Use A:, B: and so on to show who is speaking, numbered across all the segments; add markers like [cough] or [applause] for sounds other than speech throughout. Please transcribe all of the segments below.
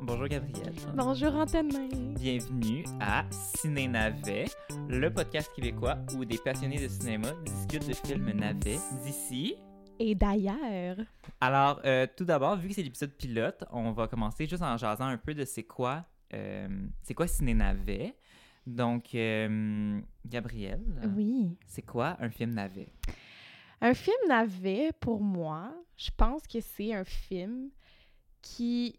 A: Bonjour Gabrielle.
B: Bonjour Antonin.
A: Bienvenue à Ciné Navet, le podcast québécois où des passionnés de cinéma discutent de films navets d'ici.
B: Et d'ailleurs.
A: Alors, euh, tout d'abord, vu que c'est l'épisode pilote, on va commencer juste en jasant un peu de c'est quoi, euh, c'est quoi Ciné Navet. Donc, euh, Gabrielle,
B: Oui.
A: c'est quoi un film navet?
B: Un film navet, pour moi, je pense que c'est un film qui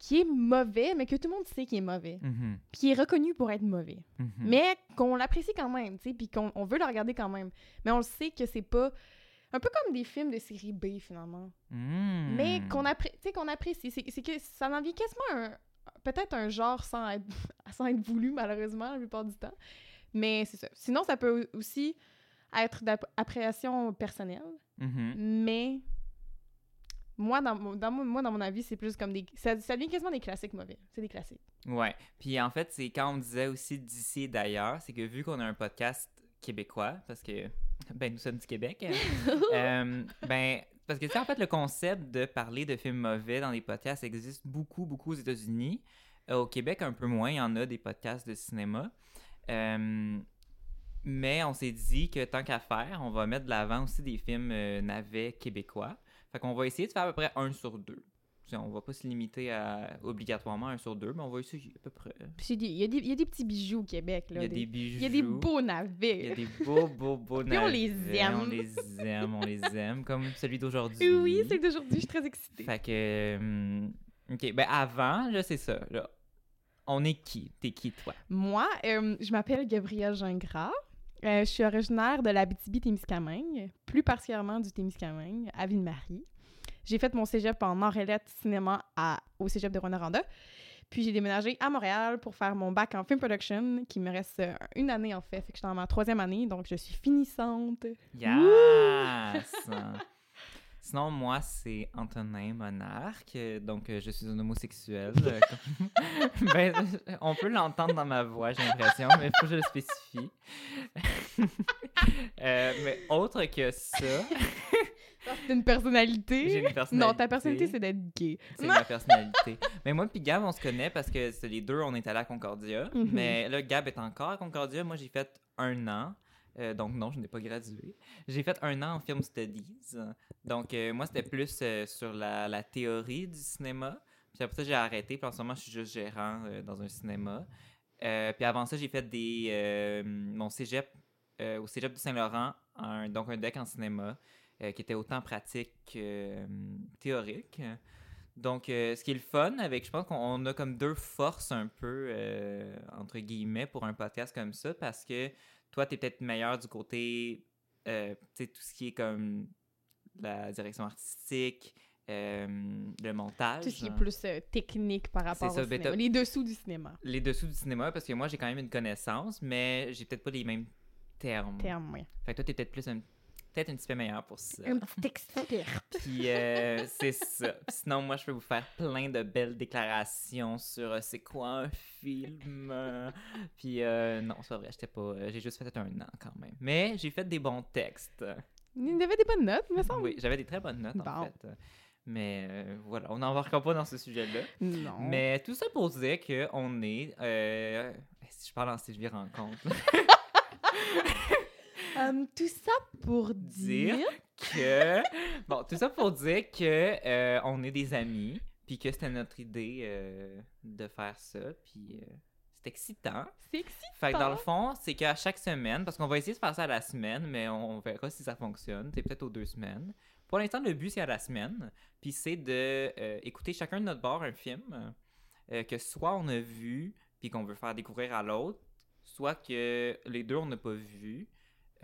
B: qui est mauvais, mais que tout le monde sait qu'il est mauvais,
A: Mhm,
B: puis qui est reconnu pour être mauvais,
A: mhm.
B: mais qu'on l'apprécie quand même, tu sais, puis qu'on on veut le regarder quand même, mais on le sait que c'est pas un peu comme des films de série B finalement,
A: Mm.
B: mais qu'on appré- tu sais, qu'on apprécie, c'est c'est que ça en vient quasiment un peut-être un genre sans être, [laughs] sans être voulu malheureusement la plupart du temps. Mais c'est ça. Sinon ça peut aussi être d'appréciation personnelle,
A: Mhm.
B: mais moi dans mon, dans mon- moi dans mon avis, c'est plus comme des ça, ça devient quasiment des classiques mauvais. C'est des classiques.
A: Ouais. Puis en fait, c'est quand on disait aussi d'ici et d'ailleurs, c'est que vu qu'on a un podcast québécois, parce que [laughs] ben nous sommes du Québec, euh, ben parce que tu sais, en fait, le concept de parler de films mauvais dans les podcasts existe beaucoup, beaucoup aux États-Unis. Euh, au Québec, un peu moins, il y en a des podcasts de cinéma. Euh, mais on s'est dit que tant qu'à faire, on va mettre de l'avant aussi des films euh, navets québécois. Fait qu'on va essayer de faire à peu près un sur deux. Tu sais, on va pas se limiter à obligatoirement un sur deux, mais on va essayer à peu près.
B: Puis c'est des- il y, a des- il y a des petits bijoux au Québec
A: Il
B: là.
A: y a
B: des-
A: des bijoux.
B: il y a des beaux
A: Il y a
B: navets.
A: des beaux, beaux, beaux
B: [laughs] Puis on
A: navets.
B: les aime.
A: On les aime, on les aime, comme celui d'aujourd'hui.
B: Oui, c'est d'aujourd'hui, je suis très excitée.
A: Fait que. hum, Ok, ben avant, là, c'est ça. Là. On est qui T'es qui, toi
B: Moi, euh, je m'appelle Gabrielle Gingras. Euh, je suis originaire de l'Abitibi-Témiscamingue, plus particulièrement du Témiscamingue, à Ville-Marie. J'ai fait mon cégep en Orelette cinéma à, au cégep de Rwanda. Puis j'ai déménagé à Montréal pour faire mon bac en film production, qui me reste euh, une année en fait. Fait que je suis dans ma troisième année, donc je suis finissante. [laughs]
A: Yes [laughs] Sinon, moi, c'est Antonin Monarque, euh, donc euh, je suis un
B: [laughs]
A: homosexuel. [laughs] euh, comme- ben, euh, on peut l'entendre dans ma voix, j'ai l'impression, mais faut que je le spécifie. [laughs] Euh, mais autre que ça,
B: C'est une personnalité.
A: j'ai une personnalité.
B: Non, ta personnalité, c'est d'être gay.
A: C'est ma personnalité. mais moi puis Gab, on se connaît parce que c'est les deux, on est allés à Concordia.
B: Mhm.
A: Mais là, Gab est encore à Concordia. Moi, j'ai fait un an. Euh, donc non, je n'ai pas gradué. J'ai fait un an en film studies. Donc euh, moi, c'était plus euh, sur la, la théorie du cinéma. Puis après ça, j'ai arrêté. Puis en ce moment, je suis juste gérant euh, dans un cinéma. Euh, puis avant ça, j'ai fait des euh, mon cégep euh, au cégep de Saint-Laurent, un- donc un deck en cinéma euh, qui était autant pratique que euh, théorique. Donc, euh, ce qui est le fun avec, je pense qu'on on a comme deux forces un peu, euh, entre guillemets, pour un podcast comme ça, parce que toi, t'es peut-être meilleur du côté, euh, tu sais, tout ce qui est comme la direction artistique, euh, le montage. hein.
B: Tout ce qui est plus euh, technique par rapport
A: Ah, ça,
B: au
A: ben,
B: cinéma.
A: t'as-
B: Les dessous du cinéma.
A: Les dessous du cinéma, parce que moi, j'ai quand même une connaissance, mais j'ai peut-être pas les mêmes termes.
B: Terme, oui.
A: Fait que toi, t'es peut-être plus un... Peut-être un petit peu meilleur pour ça.
B: Un petit expert.
A: Puis
B: [laughs]
A: euh, c'est ça. Puis sinon, moi, je peux vous faire plein de belles déclarations sur euh, c'est quoi un film. euh. Puis euh, non, c'est pas vrai, j'étais pas. euh, j'ai juste fait un an quand même. Mais j'ai fait des bons textes.
B: Il avait des bonnes notes, me semble.
A: Oui, j'avais des très bonnes notes en
B: Bon.
A: fait. Mais euh, voilà, on n'en va encore pas dans ce sujet-là.
B: Non.
A: Mais tout ça pour dire qu'on est. euh, si je parle en Sylvie Rencontre,
B: Hum, tout ça pour
A: Dire.
B: dire.
A: que bon tout ça pour dire que euh, on est des amis puis que c'était notre idée euh, de faire ça puis euh, c'est excitant
B: C'est excitant.
A: fait que dans le fond c'est qu'à chaque semaine parce qu'on va essayer de faire ça à la semaine mais on verra si ça fonctionne c'est peut-être aux deux semaines pour l'instant le but c'est à la semaine puis c'est de euh, écouter chacun de notre bord un film euh, que soit on a vu puis qu'on veut faire découvrir à l'autre soit que les deux on n'a pas vu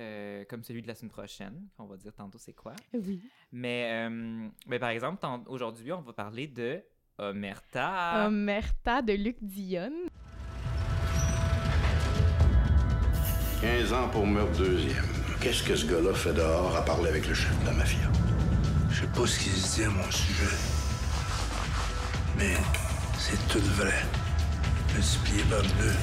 A: euh, comme celui de la semaine prochaine, on va dire tantôt c'est quoi.
B: Oui.
A: Mais, euh, mais par exemple, tant- aujourd'hui, on va parler de euh, Omerta.
B: Euh, Omerta de Luc Dionne.
C: 15 ans pour meurtre deuxième. Qu'est-ce que ce gars-là fait dehors à parler avec le chef de la mafia?
D: Je sais pas ce qu'ils se dit à mon sujet. Mais c'est tout vrai. Multiplié par deux.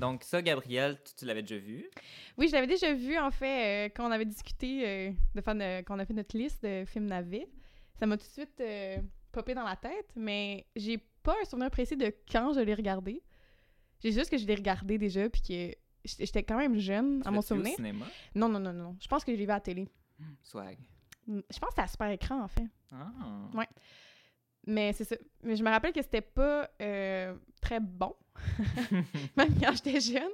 A: Donc ça, Gabriel, tu, tu l'avais déjà vu.
B: Oui, je l'avais déjà vu, en fait, euh, quand on avait discuté, euh, de faire no- quand on a fait notre liste de films navets. Ça m'a tout de suite euh, popé dans la tête, mais j'ai pas un souvenir précis de quand je l'ai regardé. J'ai juste que je l'ai regardé déjà, puis que j'étais j'étais quand même jeune, à
A: Tu
B: mon
A: l'as-tu vu
B: souvenir.
A: Au cinéma,
B: Non, non, non, non. Je pense que je l'ai vu à la télé. Mm,
A: swag.
B: Je pense que c'était à super écran, en fait.
A: Ah.
B: Ouais. Mais c'est ça. Mais je me rappelle que c'était pas euh, très bon, [laughs] même quand j'étais jeune.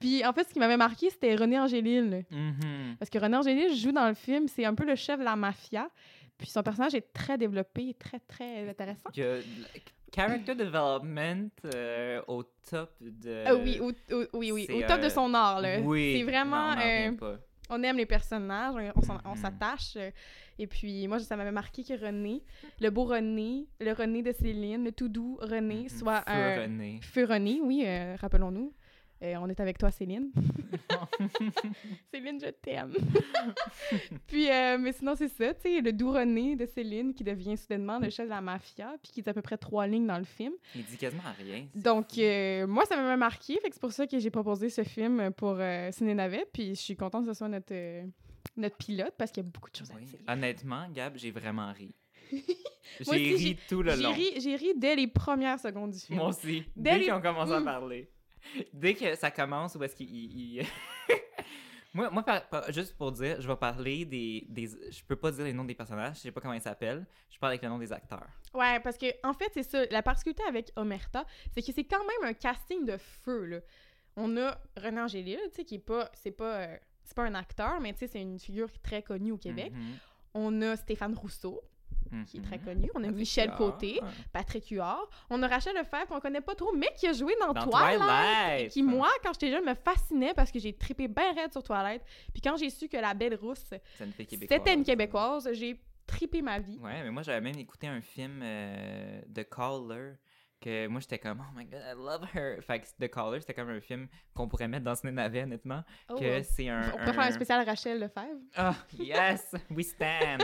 B: Puis en fait, ce qui m'avait marqué, c'était René Angélil. là.
A: Mhm.
B: Parce que René Angélil joue dans le film, c'est un peu le chef de la mafia. Puis son personnage est très développé, très, très intéressant.
A: Il y a de la- character development euh, au top de.
B: Ah oui, au, au- oui, oui,
A: Euh, c'est,
B: au top
A: euh,
B: de son art. Là.
A: Oui,
B: c'est vraiment.
A: non, on en revient
B: euh,
A: pas.
B: on aime les personnages, on- on s'en- on
A: Mhm.
B: s'attache. euh, Et puis, moi, ça m'avait marqué que René, le beau René, le René de Céline, le tout doux René,
A: Mhm.
B: soit
A: Feu
B: un
A: René.
B: feu René, oui, euh, rappelons-nous. Euh, on est avec
A: [laughs]
B: toi, Céline. Céline, je t'aime. [laughs] puis, euh, mais sinon, c'est ça, tu sais, le doux René de Céline qui devient soudainement le chef de la mafia, puis qui est à peu près trois lignes dans le film.
A: Il dit quasiment rien. c'est
B: Donc,
A: fou.
B: euh, moi, ça m'a marqué. Fait que c'est pour ça que j'ai proposé ce film pour euh, Ciné Navet. Puis je suis contente que ce soit notre, euh, notre pilote parce qu'il y a beaucoup de choses
A: Oui. Ah,
B: à dire.
A: Honnêtement, Gab, j'ai vraiment ri. j'ai
B: [laughs] Moi aussi,
A: ri tout le
B: J'ai
A: long.
B: ri, j'ai ri dès les premières secondes du film.
A: Moi aussi.
B: Dès
A: Dès,
B: les-
A: qu'ils ont commencé à
B: [laughs] Mm.
A: parler. Dès que ça commence, où est-ce qu'il. il- [laughs] il- moi, moi par- par- juste pour dire, je vais parler des, des. Je peux pas dire les noms des personnages, je sais pas comment ils s'appellent. Je parle avec le nom des acteurs.
B: Ouais, parce que en fait, c'est ça. La particularité avec Omerta, c'est que c'est quand même un casting de feu. Là. On a René Angélil, tu sais, qui est pas, c'est pas, euh, c'est pas un acteur, mais tu sais, c'est une figure très connue au Québec.
A: Mhm,
B: On a Stéphane Rousseau,
A: mhm.
B: qui est très connu. On a
A: Patrick
B: Michel
A: Huard.
B: Côté, Patrick Huard. On a Rachel Lefebvre, qu'on connaît pas trop, mais qui a joué dans,
A: Dans
B: Twilight.
A: Twilight.
B: Qui, moi, quand j'étais jeune, me fascinait parce que j'ai trippé bien raide sur Twilight. Puis quand j'ai su que la belle rousse,
A: C'est une fille québécoise.
B: c'était une Québécoise, j'ai trippé ma vie.
A: Ouais, mais moi, j'avais même écouté un film euh, The Caller que moi, j'étais comme, oh my god, I love her. Fait que The Caller, c'était comme un film qu'on pourrait mettre dans ce navet, honnêtement.
B: Oh,
A: que
B: euh,
A: c'est un.
B: on pourrait faire un spécial Rachel Lefebvre.
A: Ah, yes, we stand.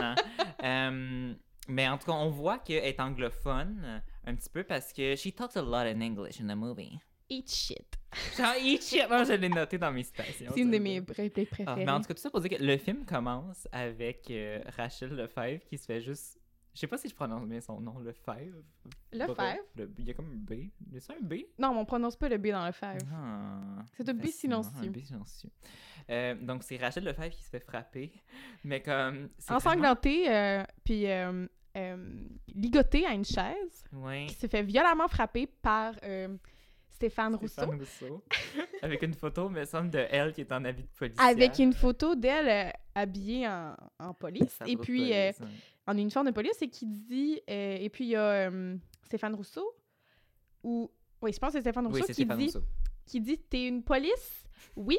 A: Euh, mais en tout cas, on voit qu'elle est anglophone euh, un petit peu parce que she talks a lot in English in the movie.
B: Eat shit.
A: Genre, [laughs] eat shit. Moi, je l'ai noté dans mes citations.
B: C'est une de mes répliques
A: Ah,
B: préférées.
A: mais en tout cas, tout ça pour dire que le film commence avec euh, Rachel Lefebvre qui se fait juste. Je sais pas si je prononce bien son nom, Lefebvre.
B: Lefebvre?
A: Le- Il y a comme un B. Il y a un B?
B: Non, mais on prononce pas le B dans le fèvre.
A: Ah,
B: C'est un B
A: fascinant,
B: silencieux.
A: Un B silencieux. Euh, donc, c'est Rachel Lefebvre qui se fait frapper. Mais comme. c'est vraiment-
B: Ensanglanté, euh, puis euh, euh, ligoté à une chaise,
A: Ouais.
B: qui se fait violemment frapper par euh, Stéphane, Rousseau,
A: Stéphane Rousseau. avec une photo, me semble, de elle qui est en habit de police.
B: avec une photo d'elle euh, habillée en, en police, et puis euh, en uniforme de police, et qui dit... euh, et puis il y a euh, Stéphane Rousseau, ou... Oui, je pense que c'est Stéphane
A: oui,
B: Rousseau
A: c'est
B: qui,
A: Stéphane
B: dit,
A: Rousseau.
B: qui dit « T'es une police? Oui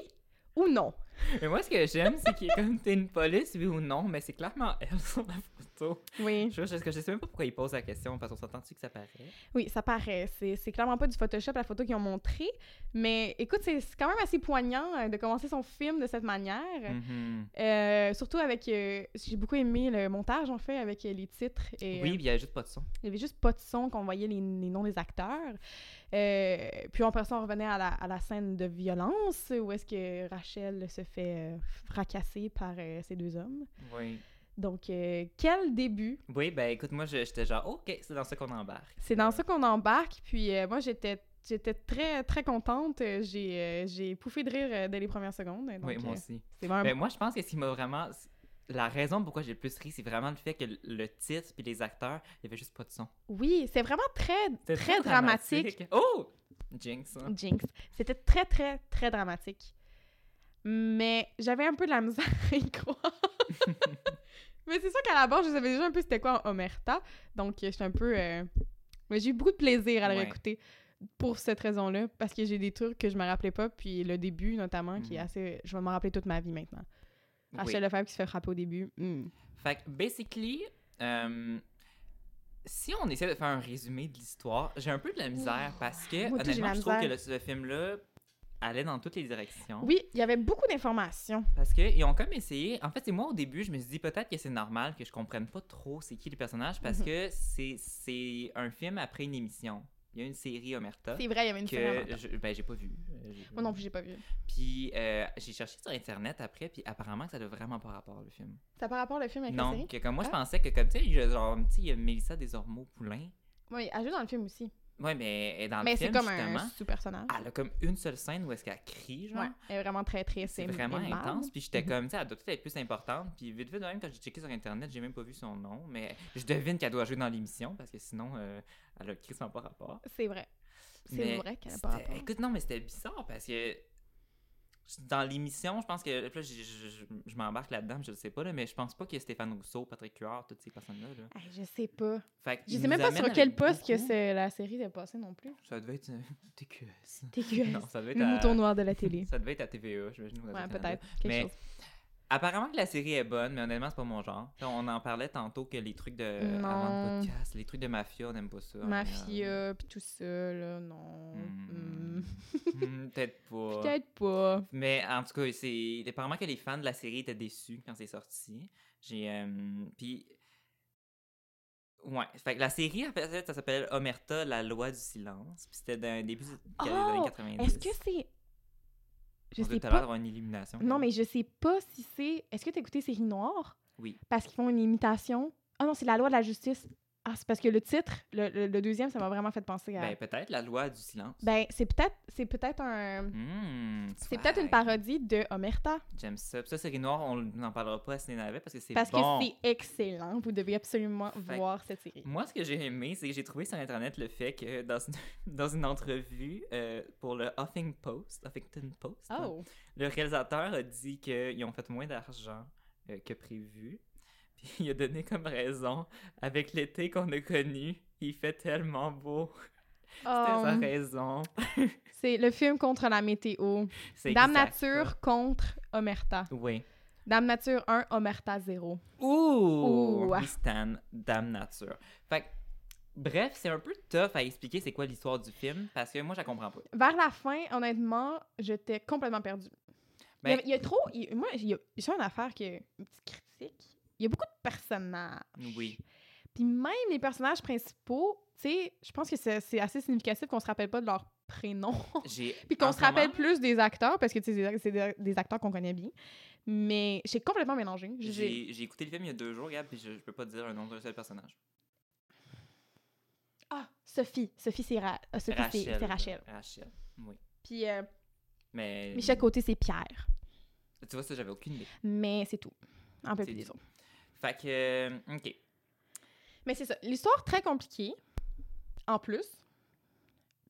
B: ou non?
A: Mais moi, ce que j'aime, c'est qu'il est comme t'es une police, oui ou non, mais c'est clairement elle [laughs] sur la photo. »
B: Oui.
A: Je, je, je sais même pas pourquoi il pose la question, parce qu'on s'entend-tu que ça paraît?
B: Oui, ça paraît. C'est c'est clairement pas du Photoshop, la photo qu'ils ont montrée. Mais écoute, c'est c'est quand même assez poignant euh, de commencer son film de cette manière.
A: Mhm.
B: Euh, surtout avec. euh, J'ai beaucoup aimé le montage, en fait, avec euh, les titres. Et,
A: Oui, puis
B: euh,
A: il y a juste pas de son.
B: il y avait juste pas de son qu'on voyait les, les noms des acteurs. Euh, puis en passant, on revenait à la, à la scène de violence où est-ce que Rachel se fait euh, fracasser par euh, ces deux hommes.
A: Oui.
B: Donc, euh, quel début
A: Oui, ben écoute, moi, je- j'étais genre, OK, c'est dans ça qu'on embarque.
B: C'est dans ça qu'on embarque. Puis euh, moi, j'étais j'étais très, très contente. Euh, J'ai euh, j'ai pouffé de rire euh, dès les premières secondes. Donc,
A: Oui, moi
B: euh,
A: aussi.
B: c'est vraiment...
A: Ben, moi, je pense que ce qui m'a vraiment. La raison pourquoi j'ai le plus ri, c'est vraiment le fait que le titre puis les acteurs, il y avait juste pas de son.
B: Oui, c'est vraiment très,
A: C'était
B: très, dramatique.
A: Oh! Jinx. hein.
B: Jinx. C'était très, très, très dramatique. Mais j'avais un peu de la misère [laughs] à y croire. Mais c'est sûr qu'à la base, je savais déjà un peu c'était quoi Omerta. Donc, euh, j'étais un peu. euh, Mais j'ai eu beaucoup de plaisir à le
A: Ouais.
B: réécouter pour cette raison-là. Parce que j'ai des trucs que je me rappelais pas. Puis le début, notamment, qui est
A: Mhm.
B: assez. Je vais m'en rappeler toute ma vie maintenant.
A: Oui.
B: Rachel Lefebvre qui se fait frapper au début. hmm.
A: Fait que, basically, euh, si on essaie de faire un résumé de l'histoire, j'ai un peu de la misère parce que,
B: Moi aussi, j'ai
A: honnêtement,
B: la
A: je trouve que le,
B: misère.
A: ce film-là allait dans toutes les directions.
B: Oui, il y avait beaucoup d'informations.
A: Parce qu'ils ont comme essayé. En fait, c'est moi au début, je me suis dit peut-être que c'est normal que je comprenne pas trop c'est qui les personnages parce
B: Mhm.
A: que c'est- c'est un film après une émission. Il y a une série Omerta
B: C'est vrai, il y avait une série
A: que
B: avant.
A: je, ben, j'ai pas vu. Euh, j'ai pas
B: Moi non
A: vu.
B: plus, j'ai pas vu.
A: Puis euh, j'ai cherché sur Internet après, puis apparemment que ça n'a vraiment pas rapport, le film.
B: Ça par rapport le film avec la
A: Non,
B: série?
A: que comme moi, je
B: Ah.
A: pensais que comme, tu sais, il y a genre, tu sais, il y a Mélissa Desormeaux-Poulain.
B: Oui, elle joue dans le film aussi.
A: Ouais, mais elle est dans le
B: mais c'est
A: film,
B: comme
A: justement.
B: un sous-personnage.
A: Elle a comme une seule scène où est-ce qu'elle crie, genre.
B: Ouais, elle est vraiment très triste.
A: C'est
B: et- Mhm.
A: vraiment
B: et marde.
A: intense. Puis j'étais comme, tu sais, elle doit peut-être être plus importante. Puis vite, vite, de même, quand j'ai checké sur Internet, j'ai même pas vu son nom. Mais je devine qu'elle doit jouer dans l'émission parce que sinon, euh, elle a écrit sans pas rapport.
B: C'est vrai. C'est
A: Mais
B: vrai qu'elle a pas
A: c'était-
B: rapport.
A: Écoute, non, mais c'était bizarre parce que dans l'émission, je pense que. puis Là, j'ai- je, je- je m'embarque là-dedans, je le sais pas, là, mais je pense pas que Stéphane Rousseau, Patrick Huard, toutes ces personnes-là. là.
B: Hey, je sais pas.
A: Fait que
B: Je
A: il
B: sais même
A: nous
B: pas
A: amène
B: sur
A: avec
B: quel poste que
A: beaucoup-
B: c'est la série est passée non plus.
A: Ça devait être. euh, [laughs] TQS.
B: TQS.
A: Non, euh, ça devait être.
B: le
A: à-
B: mouton noir de
A: [laughs]
B: la télé.
A: Ça devait être à TVA, j'imagine. ou
B: ouais,
A: Radio-Canada.
B: peut-être. Quelque
A: Mais-
B: chose.
A: Apparemment que la série est bonne, mais honnêtement, c'est pas mon genre. Tu sais, On en parlait tantôt que les trucs de.
B: Non.
A: avant le podcast, les trucs de mafia, on n'aime pas ça. en général.
B: Mafia, pis tout ça, là, non.
A: Hmm.
B: Hmm.
A: Hmm, Peut-être pas.
B: Peut-être pas.
A: Mais en tout cas, c'est apparemment que les fans de la série étaient déçus quand c'est sorti. J'ai euh, puis ouais, fait que la série en fait, ça s'appelle Omerta, la loi du silence, puis c'était d'un début des
B: Oh!
A: années 90.
B: Est-ce que c'est. Je
A: On doit
B: sais
A: tout à l'heure
B: pas.
A: avoir une illumination.
B: Non, mais je sais pas si c'est. Est-ce que t'as écouté Série Noire?
A: Oui.
B: Parce qu'ils font une imitation. Ah non, c'est la loi de la justice. Ah, c'est parce que le titre, le, le- le deuxième, ça m'a vraiment fait penser à.
A: ben
B: Ben,
A: peut-être la loi du silence.
B: c'est peut-être c'est peut-être un.
A: Hmm,
B: Ben, C'est
A: swag.
B: peut-être une parodie de Omerta.
A: J'aime ça. Puis ça, série noire, on n'en parlera pas à ce navet parce que c'est
B: Parce
A: bon.
B: que c'est excellent. Vous devez absolument
A: Fait-
B: voir cette
A: [laughs]
B: série.
A: Moi, ce que j'ai aimé, c'est que j'ai trouvé sur Internet le fait que dans une, [laughs] dans une entrevue euh, pour le Huffington Post, Huffington Post
B: Oh!
A: le réalisateur a dit qu'ils ont fait moins d'argent euh, que prévu. [laughs] Puis il a donné comme raison, avec l'été qu'on a connu, il fait tellement beau. [laughs] C'était sa
B: Um,
A: raison.
B: c'est le film contre la météo.
A: C'est
B: Dame
A: exact,
B: Nature contre Omerta.
A: ça. Oui.
B: Dame Nature 1, Omerta 0.
A: Ouh!
B: Ouh.
A: Oui, Stan, Dame Nature. Fait que, bref, c'est un peu tough à expliquer c'est quoi l'histoire du film parce que moi, je la comprends pas.
B: Vers la fin, honnêtement, j'étais complètement perdue. Il y
A: Ben-
B: avait- il, y a, trop. il- moi, il y a, j'ai une affaire qui est une petite critique. Il y a beaucoup de personnages.
A: Oui.
B: Puis même les personnages principaux, tu sais, je pense que c'est, c'est assez significatif qu'on se rappelle pas de leur prénom. [laughs]
A: J'ai-
B: Oh. Puis qu'on
A: en
B: se
A: ce moment,
B: rappelle plus des acteurs, parce que tu sais, c'est des, des acteurs qu'on connaît bien. Mais j'ai complètement mélangé. J'ai...
A: J'ai j'ai écouté le film il y a deux jours, Gab, puis je, je peux pas te dire un nom d'un seul personnage.
B: Ah, Sophie. Sophie, c'est, Ra- ah, Sophie, c'est- c'est Rachel.
A: Rachel, oui.
B: Puis euh,
A: Mais.
B: Michel Côté, c'est Pierre.
A: Tu vois, ça, j'avais aucune idée.
B: Mais c'est tout. Un peu
A: C'est
B: plus des
A: tout.
B: autres.
A: Fait que. euh, ok.
B: Mais c'est ça. L'histoire très compliquée, en plus.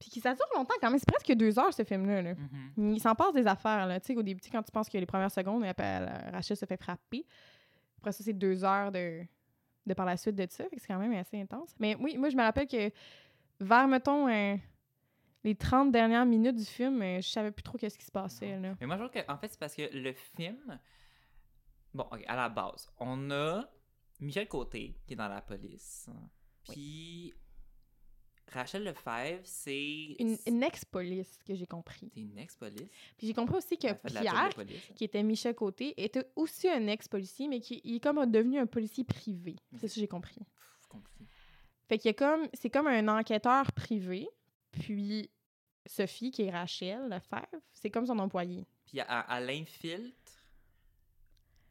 B: Puis qui ça dure longtemps quand même. C'est presque deux heures, ce film-là. là.
A: Mhm.
B: Il s'en passe des affaires, là. Tu sais, au début, tu sais, quand tu penses que les premières secondes, elle- elle- Rachel se fait frapper. Après ça, c'est deux heures de, de par la suite de ça. Fait que C'est quand même assez intense. Mais oui, moi, je me rappelle que vers, mettons, euh, les 30 dernières minutes du film, euh, je savais plus trop qu'est-ce qui se passait, là.
A: Mais moi, je trouve que. En fait, c'est parce que le film. Bon, ok, à la base, on a Michel Côté, qui est dans la police. Puis. Rachel Lefebvre, c'est.
B: Une, une ex-police, que j'ai compris.
A: T'es une ex-police.
B: Puis j'ai compris aussi que
A: Elle fait de la job de
B: Pierre,
A: police.
B: qui était Michel Côté, était aussi un ex-policier, mais qui il est comme devenu un policier privé. C'est ça que j'ai compris.
A: Pff, compliqué.
B: Fait qu'il y a comme c'est comme un enquêteur privé, puis Sophie qui est Rachel Lefebvre, c'est comme son employé.
A: Puis à, à l'infiltre,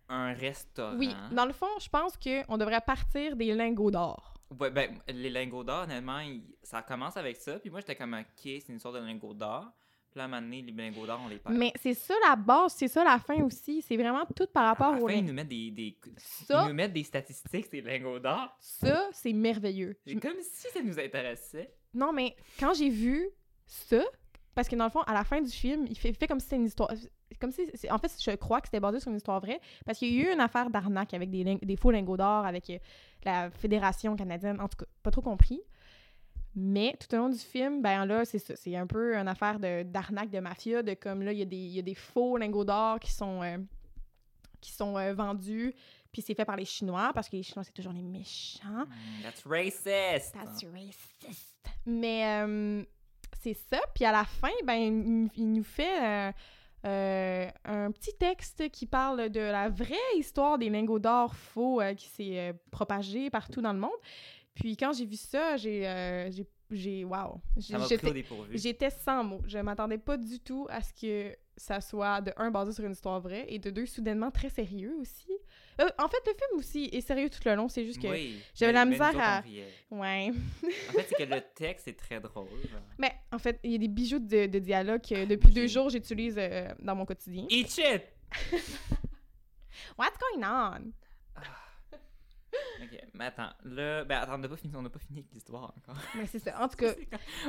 A: un restaurant.
B: Oui, dans le fond, je pense que on devrait partir des lingots d'or.
A: Ouais, ben, les lingots d'or, honnêtement, il- ça commence avec ça. Puis moi, j'étais comme, OK, c'est une sorte de lingots d'or. Puis là, à un moment donné, les lingots d'or, on les perd.
B: Mais c'est ça la base, c'est ça la fin aussi, c'est vraiment tout par
A: à
B: rapport
A: la
B: au
A: fin, Ah, ils
B: lingots.
A: nous mettent des, des, ils
B: Ça,
A: nous mettent des statistiques, ces lingots d'or.
B: ça c'est merveilleux.
A: C'est comme si ça nous intéressait.
B: Non, mais quand j'ai vu ça, parce que dans le fond, à la fin du film, il fait, il fait comme si c'était une histoire. Comme si, c'est- en fait, je crois que c'était basé sur une histoire vraie, parce qu'il y a eu une affaire d'arnaque avec des, lin- des faux lingots d'or, avec euh, la Fédération canadienne, en tout cas, pas trop compris. Mais tout au long du film, ben là, c'est ça. C'est un peu une affaire de- d'arnaque, de, mafia, de comme là, il y, a des- il y a des faux lingots d'or qui sont, euh, qui sont euh, vendus, puis c'est fait par les Chinois, parce que les Chinois, c'est toujours les méchants.
A: Mm, That's racist!
B: That's racist. Mais euh, c'est ça. Puis à la fin, ben, il nous- il nous fait euh, euh, un petit texte qui parle de la vraie histoire des lingots d'or faux euh, qui s'est euh, propagée partout dans le monde. Puis quand j'ai vu ça, j'ai euh, j'ai j'ai wow. J'ai-
A: Ça m'a pris au
B: J'étais
A: dépourvu.
B: j'étais sans mots. Je m'attendais pas du tout à ce que ça soit de un basé sur une histoire vraie et de deux soudainement très sérieux aussi. Euh, en fait, le film aussi est sérieux tout le long, c'est juste que
A: Oui,
B: j'avais
A: mais- mais
B: la
A: nous
B: misère
A: autres,
B: à-
A: on riait.
B: ouais.
A: En fait, c'est que le texte est très drôle.
B: Mais en fait, il y a des bijoux de, de dialogue
A: Ah
B: que depuis deux
A: j'ai-
B: jours j'utilise euh, dans mon quotidien.
A: Eat shit!
B: What's going on?
A: Ok, mais attends, là, ben attends, on n'a pas fini, on n'a pas fini avec l'histoire encore.
B: Mais c'est ça. En tout
A: [laughs]
B: cas,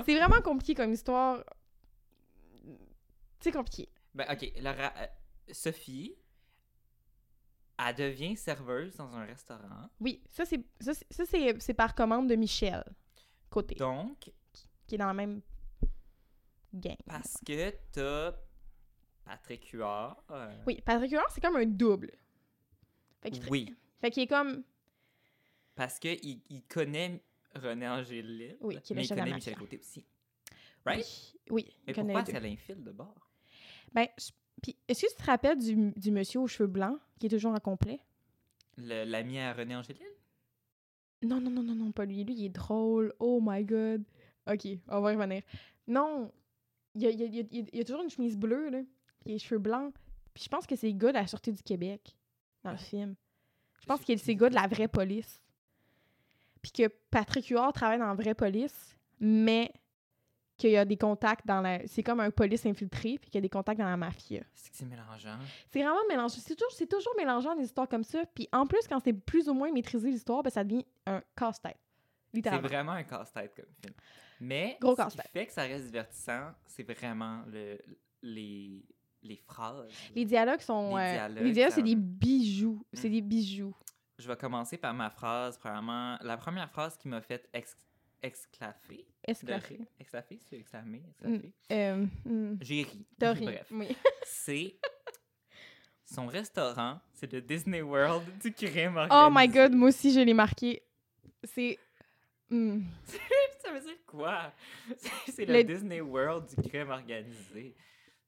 B: c'est vraiment compliqué comme histoire. C'est compliqué.
A: ben ok, Laura, euh, Sophie, elle devient serveuse dans un restaurant,
B: Oui, ça c'est ça, c'est- ça, c'est c'est par commande de Michel côté
A: donc
B: qui est dans la même gang.
A: parce que t'as Patrick Huard. euh,
B: Oui, Patrick Huard, c'est comme un double. Fait qu'il tra-
A: oui,
B: fait qu'il est comme
A: parce que il, il connaît René Angélil,
B: Oui, qui est le
A: mais il
B: chef de
A: connaît
B: la
A: Michel
B: mafia.
A: Côté aussi. Right?
B: oui, oui,
A: Mais
B: il connaît
A: pourquoi
B: les
A: c'est
B: deux.
A: l'infile de bord?
B: Ben, je- puis est-ce que tu te rappelles du, du monsieur aux cheveux blancs qui est toujours en complet
A: Le- L'ami à René Angélil?
B: Non, non, non, non, non, pas lui. Lui, il est drôle. Oh my god. Ok, on va y revenir. Non, il y a, il y a- il y a- il y a- il y a toujours une chemise bleue, là. Puis les cheveux blancs. Puis je pense que c'est le gars de la Sûreté du Québec dans le film. Ah, Je pense que c'est le gars de la vraie police. Puis que Patrick Huard travaille dans la vraie police, mais qu'il y a des contacts dans la. C'est comme un police infiltré, puis qu'il y a des contacts dans la mafia.
A: C'est que c'est mélangeant.
B: C'est vraiment mélangeant. C'est toujours, c'est toujours mélangeant des histoires comme ça. Puis en plus, quand c'est plus ou moins maîtrisé l'histoire, ben, ça devient un casse-tête.
A: C'est
B: Littéralement.
A: vraiment un casse-tête comme film. Mais
B: Gros
A: ce qui
B: casse-tête.
A: fait que ça reste divertissant, c'est vraiment le, les, les phrases.
B: Les dialogues sont.
A: Les
B: euh,
A: dialogues,
B: les dialogues, c'est
A: ça-
B: des bijoux. C'est
A: Mm.
B: des bijoux.
A: Je vais commencer par ma phrase, premièrement. La première phrase qui m'a fait ex exclafer.
B: Est-ce
A: de
B: que.
A: rire. Exclafer, c'est exclamer, exclafer.
B: Euh, mm,
A: J'ai ri.
B: t'as ri,
A: Bref, [laughs]
B: oui.
A: c'est... Son restaurant, c'est le Disney World du crime
B: Oh my
A: organisé.
B: god, moi aussi, je l'ai marqué. C'est. mm.
A: Ça veut dire quoi? C'est- C'est le,
B: Le-
A: Disney World du crime organisé.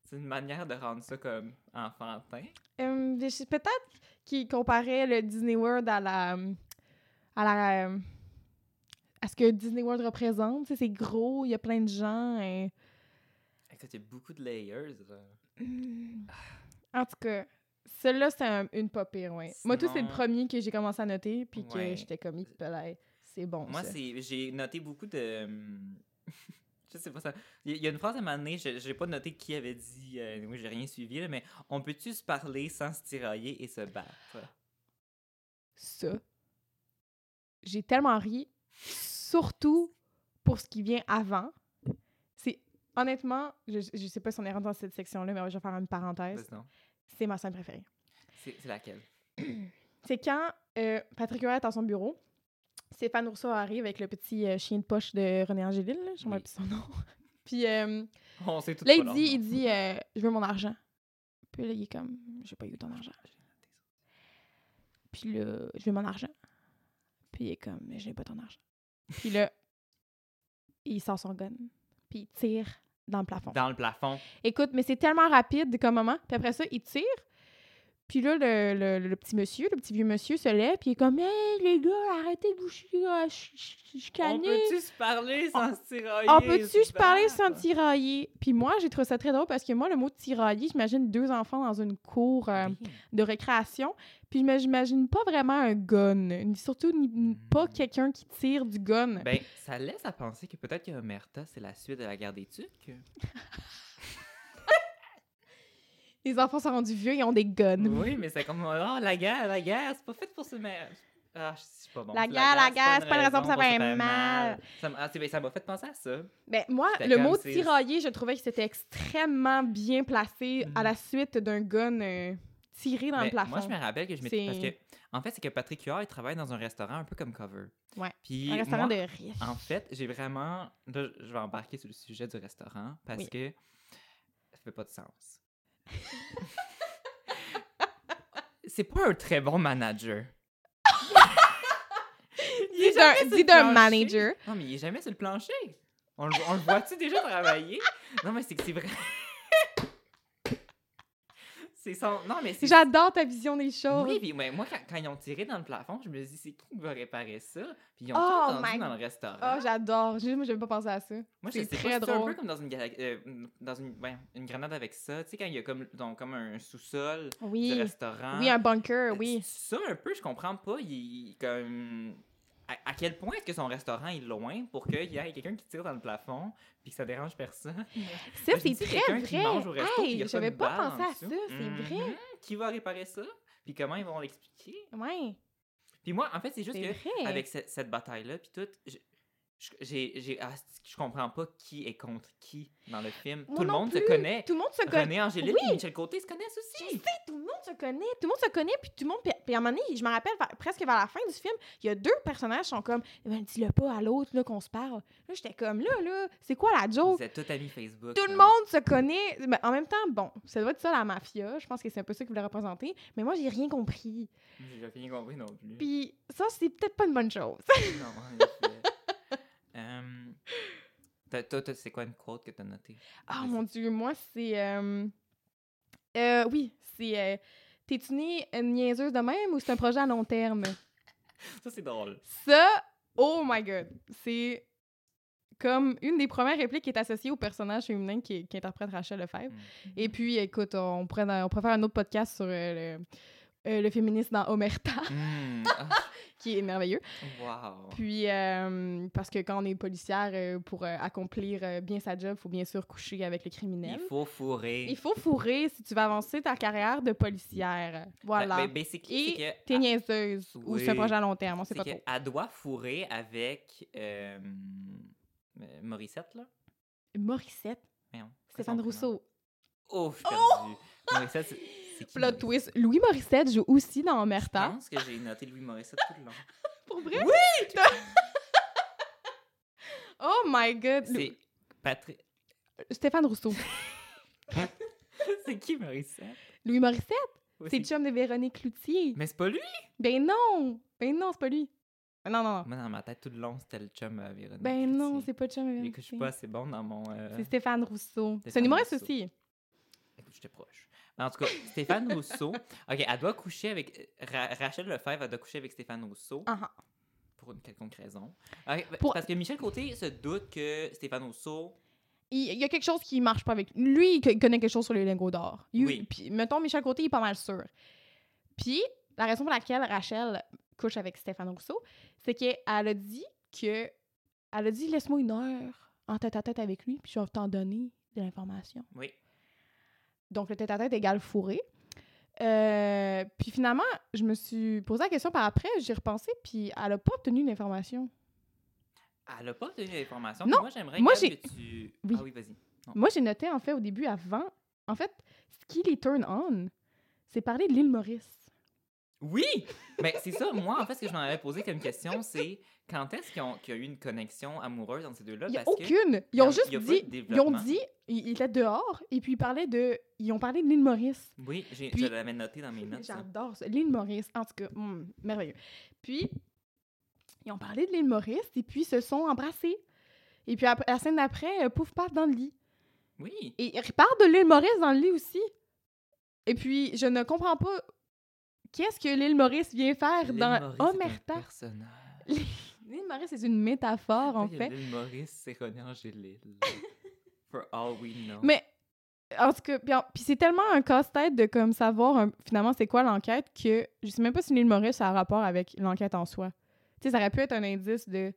A: C'est une manière de rendre ça comme enfantin.
B: Euh, je sais- Peut-être qu'il comparait le Disney World à la. à la. euh, à ce que Disney World représente. Tu sais, C'est gros, il y a plein de gens. euh,
A: Écoute, il y a beaucoup de layers. là.
B: Hmm. En tout cas, celle-là, c'est un- une pas pire, ouais. Moi, tout, c'est le
A: Sinon-
B: premier que j'ai commencé à noter, puis que
A: Ouais.
B: j'étais comme, il fallait- c'est bon,
A: Moi,
B: ça.
A: c'est, j'ai noté beaucoup de. hum, Je sais pas ça. Il y- il y a une phrase à un moment donné, je- j'ai pas noté qui avait dit. euh, oui, j'ai rien suivi, là, mais on peut-tu se parler sans se tirailler et se battre?
B: Ça. J'ai tellement ri, surtout pour ce qui vient avant. C'est, honnêtement, je, je sais pas si on est rentré dans cette section-là, mais je vais faire une parenthèse.
A: Vas-y donc.
B: C'est ma scène préférée.
A: C'est, c'est laquelle?
B: C'est quand euh, Patrick Huard est dans son bureau, Stéphane Rousseau arrive avec le petit euh, chien de poche de René Angélil, là, je sais
A: Oui.
B: même plus son nom. [laughs] puis... euh,
A: On sait tout
B: Là, il dit, il dit euh, Je veux mon argent. Puis là, il est comme J'ai pas eu ton argent. Puis là, je veux mon argent. Puis il est comme Mais j'ai pas ton argent. Puis là, il sort son gun. Puis il tire dans le plafond.
A: Dans le plafond.
B: Écoute, mais c'est tellement rapide comme moment. Puis après ça, il tire. Puis là, le, le- le petit monsieur, le petit vieux monsieur se lève. Puis il est comme Hey, les gars, arrêtez de vous chicaner.
A: On peut-tu se parler sans se tirailler?
B: On
A: et
B: peut-tu se parler sans
A: battre?
B: tirailler? Puis moi, j'ai trouvé ça très drôle parce que moi, le mot tirailler, j'imagine deux enfants dans une cour euh,
A: Oui.
B: de récréation. Puis je me- j'imagine pas vraiment un gun. ni- Surtout ni- ni- pas quelqu'un qui tire du gun.
A: Hmm. Ben, ça laisse à penser que peut-être que Omerta, c'est la suite de la guerre des Tucs.
B: Les enfants sont rendus vieux, ils ont des guns.
A: Oui, mais c'est comme oh, la guerre, la guerre, c'est pas fait pour se mettre. Ah, je suis pas bon.
B: La
A: C'est
B: guerre, la guerre, c'est pas une raison pour se
A: se
B: faire
A: faire
B: mal.
A: Ça m'a- ah, c'est- ben, ça m'a fait penser à ça.
B: Ben, moi,
A: J'étais
B: le
A: comme,
B: mot
A: c'est-
B: tirailler, je trouvais que c'était extrêmement bien placé à
A: Mhm.
B: la suite d'un gun euh, tiré dans
A: Mais
B: le plafond.
A: Ben, Moi, je me rappelle que je m'étais. Parce
B: C'est-
A: que, en fait, c'est que Patrick Huard, il travaille dans un restaurant un peu comme cover.
B: Ouais,
A: Puis
B: Un restaurant
A: moi,
B: de riches.
A: En fait, j'ai vraiment. Là, je vais embarquer sur le sujet du restaurant parce
B: Oui.
A: que ça fait pas de sens. [laughs] c'est pas un très bon [laughs] manager.
B: Dis d'un-
A: jamais sur
B: dis
A: le
B: d'un
A: plancher.
B: manager.
A: Non, mais il est jamais sur le plancher. On le, on le voit-tu déjà travailler? Non, mais c'est que c'est vrai. [laughs] C'est son. Non, mais c'est.
B: J'adore ta vision des choses.
A: Oui, puis ouais, moi, quand, quand ils ont tiré dans le plafond, je me suis dit, c'est qui qui va réparer ça? Puis ils ont
B: Oh
A: tout entendu
B: my-
A: dans le restaurant.
B: Ah, j'adore. Juste, moi, j'avais pas pensé à ça.
A: moi, je
B: c'est
A: sais pas,
B: très
A: c'est un
B: drôle.
A: peu comme dans une, gala- euh, dans une, ouais, une grenade avec ça. Tu sais, quand il y a comme, donc, comme un sous-sol du
B: Oui.
A: restaurant.
B: Oui, un bunker,
A: Euh,
B: oui.
A: Ça, un peu, je comprends pas. Il, il- comme, à, à quel point est-ce que son restaurant est loin pour qu'il y ait quelqu'un qui tire dans le plafond puis que ça dérange personne?
B: Ça,
A: Moi, je
B: c'est
A: me dis,
B: très
A: quelqu'un qui mange au
B: vrai.
A: resto, puis il y
B: Hey,
A: a
B: j'avais
A: comme
B: pas
A: une balle
B: pensé
A: en
B: à ça,
A: dessous.
B: c'est vrai.
A: Mhm. Qui va réparer ça? Puis comment ils vont l'expliquer?
B: Ouais,
A: Puis moi, en fait, c'est juste
B: c'est
A: que
B: vrai.
A: avec ce- cette bataille-là, puis tout, je, je- j'ai, j'ai- ah, c'est- je comprends pas qui est contre qui dans le film.
B: Moi
A: Tout le
B: non
A: monde se
B: plus.
A: connaît.
B: Tout le monde se connaît.
A: René Angélique
B: Oui.
A: et Michel Côté se connaissent aussi.
B: tout le monde se connaît, tout le monde se connaît, puis tout le monde. Puis, puis à un moment donné, je me rappelle vers- presque vers la fin du film, il y a deux personnages qui sont comme, Eh ben, dis-le pas à l'autre là qu'on se parle. Là, j'étais comme là, là, c'est quoi la joke?
A: Vous êtes tous amis Facebook.
B: Tout le
A: là.
B: monde se connaît. Mais en même temps, bon, ça doit être ça la mafia. Je pense que c'est un peu ça qu'ils voulaient représenter. Mais moi, j'ai rien compris.
A: J'ai rien compris non plus.
B: Puis ça, c'est peut-être pas une bonne chose.
A: Non, [laughs] en effet. Euh, t'as- toi, t'as- c'est quoi une quote que t'as notée?
B: Oh
A: Vas-y.
B: mon dieu, moi, c'est. euh, euh, oui, c'est. euh, T'es-tu née une niaiseuse de même ou c'est un projet à long terme?
A: Ça, c'est drôle.
B: Ça, oh my god, c'est comme une des premières répliques qui est associée au personnage féminin qui, qui interprète Rachel Lefebvre.
A: Hmm.
B: Et puis, écoute, on pourrait, on pourrait faire un autre podcast sur euh, le, euh, le féminisme dans Omerta, [laughs]
A: Mm, ah,
B: qui est merveilleux.
A: wow.
B: Puis, euh, parce que quand on est policière, euh, pour euh, accomplir euh, bien sa job, il faut bien sûr coucher avec le criminel.
A: Il faut fourrer.
B: Il faut fourrer si tu veux avancer ta carrière de policière. Voilà.
A: Ben, ben, basically,
B: Et
A: c'est
B: T'es
A: que-
B: niaiseuse ou c'est un
A: Oui.
B: projet à long terme, on sait
A: c'est
B: pas
A: que
B: trop.
A: elle doit fourrer avec euh, euh, Morissette, là.
B: Morissette,
A: Voyons, c'est quoi
B: Stéphane
A: son prénom?
B: Rousseau.
A: Oh, je suis perdue. Morissette, c'est c'est qui?
B: Plot
A: Morissette? Hein?
B: twist. Louis Morissette joue aussi dans
A: Je
B: Omerta.
A: pense que j'ai noté Louis Morissette tout le long.
B: Pour vrai? Oui! [laughs] oh my god! Lou-
A: C'est Patrick. [laughs]
B: Stéphane Rousseau.
A: c'est qui Morissette?
B: Louis Morissette,
A: Oui,
B: c'est le
A: c'est-
B: chum de Véronique Cloutier.
A: Mais c'est pas lui!
B: Ben non! Ben non, c'est pas lui. Ben Non, non, non.
A: Moi, dans ma tête, tout le long, c'était le chum à Véronique.
B: Ben non,
A: Cloutier.
B: c'est pas le chum de
A: Mais
B: Véronique
A: que je suis
B: Cloutier.
A: pas assez bon dans mon. euh,
B: C'est Stéphane Rousseau. C'est un
A: Stéphane
B: humoriste
A: Rousseau.
B: aussi.
A: Écoute, J'étais proche. Mais en tout cas, Stéphane
B: [laughs]
A: Rousseau. OK, elle doit coucher avec. euh, Ra- Rachel Lefebvre, elle doit coucher avec Stéphane Rousseau.
B: Ah ah.
A: Pour une quelconque raison. Ok, ben,
B: Pour-
A: Parce que Michel Côté se doute que Stéphane Rousseau.
B: Il il y a quelque chose qui marche pas avec lui. il co- il connaît quelque chose sur les lingots d'or. Il-
A: Oui.
B: Puis, mettons, Michel Côté, il est pas mal sûr. Puis, la raison pour laquelle Rachel couche avec Stéphane Rousseau, c'est qu'elle a dit que. Elle a dit laisse-moi une heure en tête à tête avec lui, puis je vais t'en donner de l'information.
A: Oui.
B: Donc, le tête à tête égale fourré. Euh, puis finalement, je me suis posé la question par après, j'y ai repensé, puis elle a pas obtenu l'information.
A: Elle n'a pas obtenu l'information.
B: Non,
A: Moi, j'aimerais
B: moi,
A: Gab,
B: j'ai-
A: que tu.
B: Oui.
A: Ah oui, vas-y.
B: Moi, j'ai noté en fait au début avant. En fait, ce qui les turn on, c'est parler de l'île Maurice.
A: [laughs] Oui! Mais Ben, c'est ça, moi, en fait, ce que je m'en avais posé comme question, c'est quand est-ce qu'ils ont- qu'il y a eu une connexion amoureuse entre ces deux-là?
B: Il n'y a
A: Parce que-
B: aucune.
A: y
B: Ils
A: a-
B: ont juste
A: y a pas de
B: dit. Ils ont
A: développement.
B: dit. Ils ils étaient dehors et puis ils parlaient de. Ils ont parlé de l'île Maurice.
A: Oui, j'ai-
B: Puis-
A: je l'avais noté dans mes notes. ça.
B: J'adore ça. L'île Maurice. En tout cas, hum, merveilleux. Puis, ils ont parlé de l'île Maurice et puis ils se sont embrassés. Et puis, après- la scène d'après, euh, Pouf part dans le lit.
A: Oui.
B: Et il repart de l'île Maurice dans le lit aussi. Et puis, je ne comprends pas qu'est-ce que l'île Maurice vient faire
A: L'île
B: dans
A: Maurice est un
B: Omerta.
A: personnage.
B: L'île Maurice, c'est une métaphore, en
A: Oui,
B: fait.
A: Lille Maurice, c'est René
B: [laughs]
A: Angélil. For all we know.
B: Mais, en tout cas, puis en- puis c'est tellement un casse-tête de comme savoir un- finalement c'est quoi l'enquête que je sais même pas si l'île Maurice a un rapport avec l'enquête en soi. Tu sais, ça aurait pu être un indice de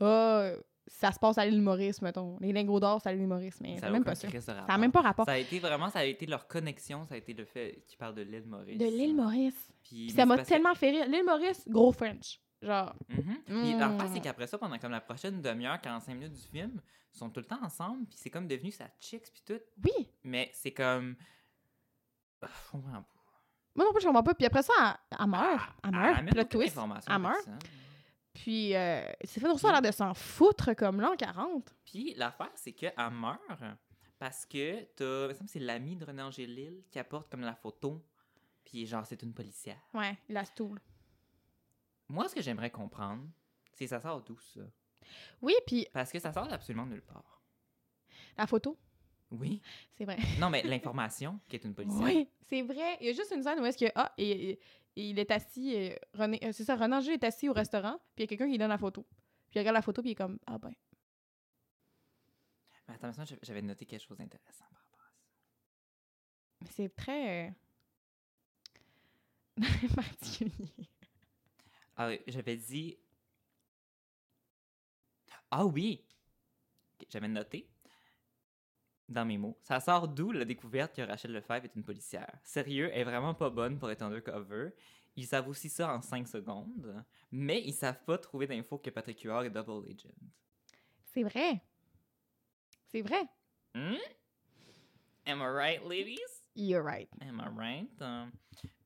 B: Ah, ça se passe à l'île Maurice, mettons. Les lingots d'or, c'est à l'île Maurice, mais
A: Ça
B: c'est
A: n'a
B: même
A: aucun
B: pas ça.
A: crise de
B: Ça
A: rapport.
B: a même pas rapport.
A: Ça a été vraiment, ça a été leur connexion, ça a été le fait qu'ils parlent de l'île Maurice.
B: De l'île Maurice.
A: Puis,
B: Puis
A: mais
B: ça m'a
A: c'est parce
B: tellement fait rire. L'île Maurice, gros French. Genre,
A: que- Mhm. Puis
B: Mm.
A: l'affaire, c'est qu'après ça, pendant comme la prochaine demi-heure, 45 minutes du film, ils sont tout le temps ensemble, puis c'est comme devenu sa chicks, puis tout.
B: oui.
A: Mais c'est comme. Ah, Je comprends pas.
B: Moi non plus, je comprends pas. Puis après ça, elle, elle meurt.
A: Ah,
B: Elle meurt.
A: amène
B: Plot
A: aucune
B: twist.
A: information
B: Elle meurt.
A: personne.
B: Puis euh, Stéphane Rousseau a l'air de s'en foutre comme l'an 40.
A: Puis l'affaire, c'est qu'elle meurt parce que t'as. Il me semble que c'est l'ami de René Angélil qui apporte comme la photo, puis genre, c'est une policière.
B: Ouais, la stoule.
A: Moi, ce que j'aimerais comprendre, c'est ça sort d'où ça?
B: Oui, puis
A: Parce que ça sort absolument nulle part.
B: la photo.
A: Oui.
B: C'est vrai.
A: Non, mais l'information, qui est une policière.
B: Oui, c'est vrai. Il y a juste une scène où est-ce que ah et, et- et il est assis euh, René euh, c'est ça René Angélil est assis au restaurant, puis il y a quelqu'un qui lui donne la photo. Puis il regarde la photo puis il est comme ah ben.
A: Mais attends, mais ça, j'avais noté quelque chose d'intéressant par rapport à ça.
B: Mais C'est très euh, [laughs] particulier.
A: Ah, oui, j'avais dit. Ah oui! Ok, J'avais noté dans mes mots. Ça sort d'où la découverte que Rachel Lefebvre est une policière? Sérieux, elle est vraiment pas bonne pour être undercover. Ils savent aussi ça en 5 secondes, mais ils savent pas trouver d'infos que Patrick Huard est double agent.
B: C'est vrai. C'est vrai.
A: Hmm? Am I right, ladies?
B: You're right.
A: Am I right? Euh,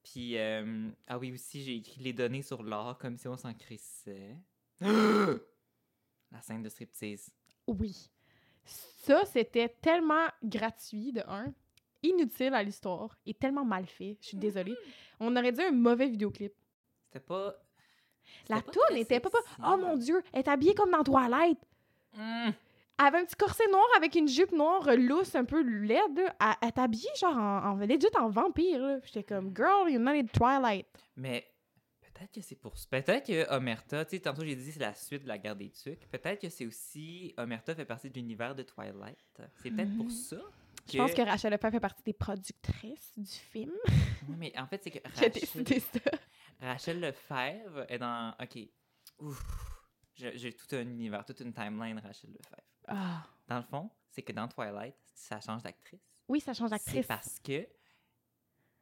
A: Puis, euh, ah oui, aussi, j'ai écrit les données sur l'or comme si on s'en crissait. [gasps] La scène de striptease.
B: Oui. Ça, c'était tellement gratuit, de un, inutile à l'histoire et tellement mal fait. Je suis désolée. On aurait dit un mauvais vidéoclip.
A: C'était pas.
B: La
A: c'était
B: toune
A: très
B: était pas, pas.
A: sexy.
B: Oh mon Dieu, elle est habillée comme dans Twilight.
A: Hmm,
B: Elle avait un petit corset noir avec une jupe noire euh, lousse, un peu laide. là. Elle, elle est habillée genre en, en, legit en vampire. là. J'étais comme, girl, you're not in Twilight.
A: Mais peut-être que c'est pour. Peut-être que Omerta, tu sais, tantôt j'ai dit c'est la suite de la guerre des tucs. Peut-être que c'est aussi. Omerta fait partie de l'univers de Twilight. C'est peut-être pour
B: Hmm.
A: ça.
B: Je pense que Rachel Lefebvre fait partie des productrices du film. [laughs]
A: Ouais, mais en fait, c'est que.
B: J'ai
A: Rachel-
B: décidé ça.
A: Rachel Lefebvre est dans. Ok. Ouf. J'ai j'ai tout un univers, toute une timeline, Rachel Lefebvre.
B: Ah.
A: Dans le fond, c'est que dans Twilight, ça change d'actrice.
B: Oui, ça change
A: C'est
B: d'actrice.
A: parce que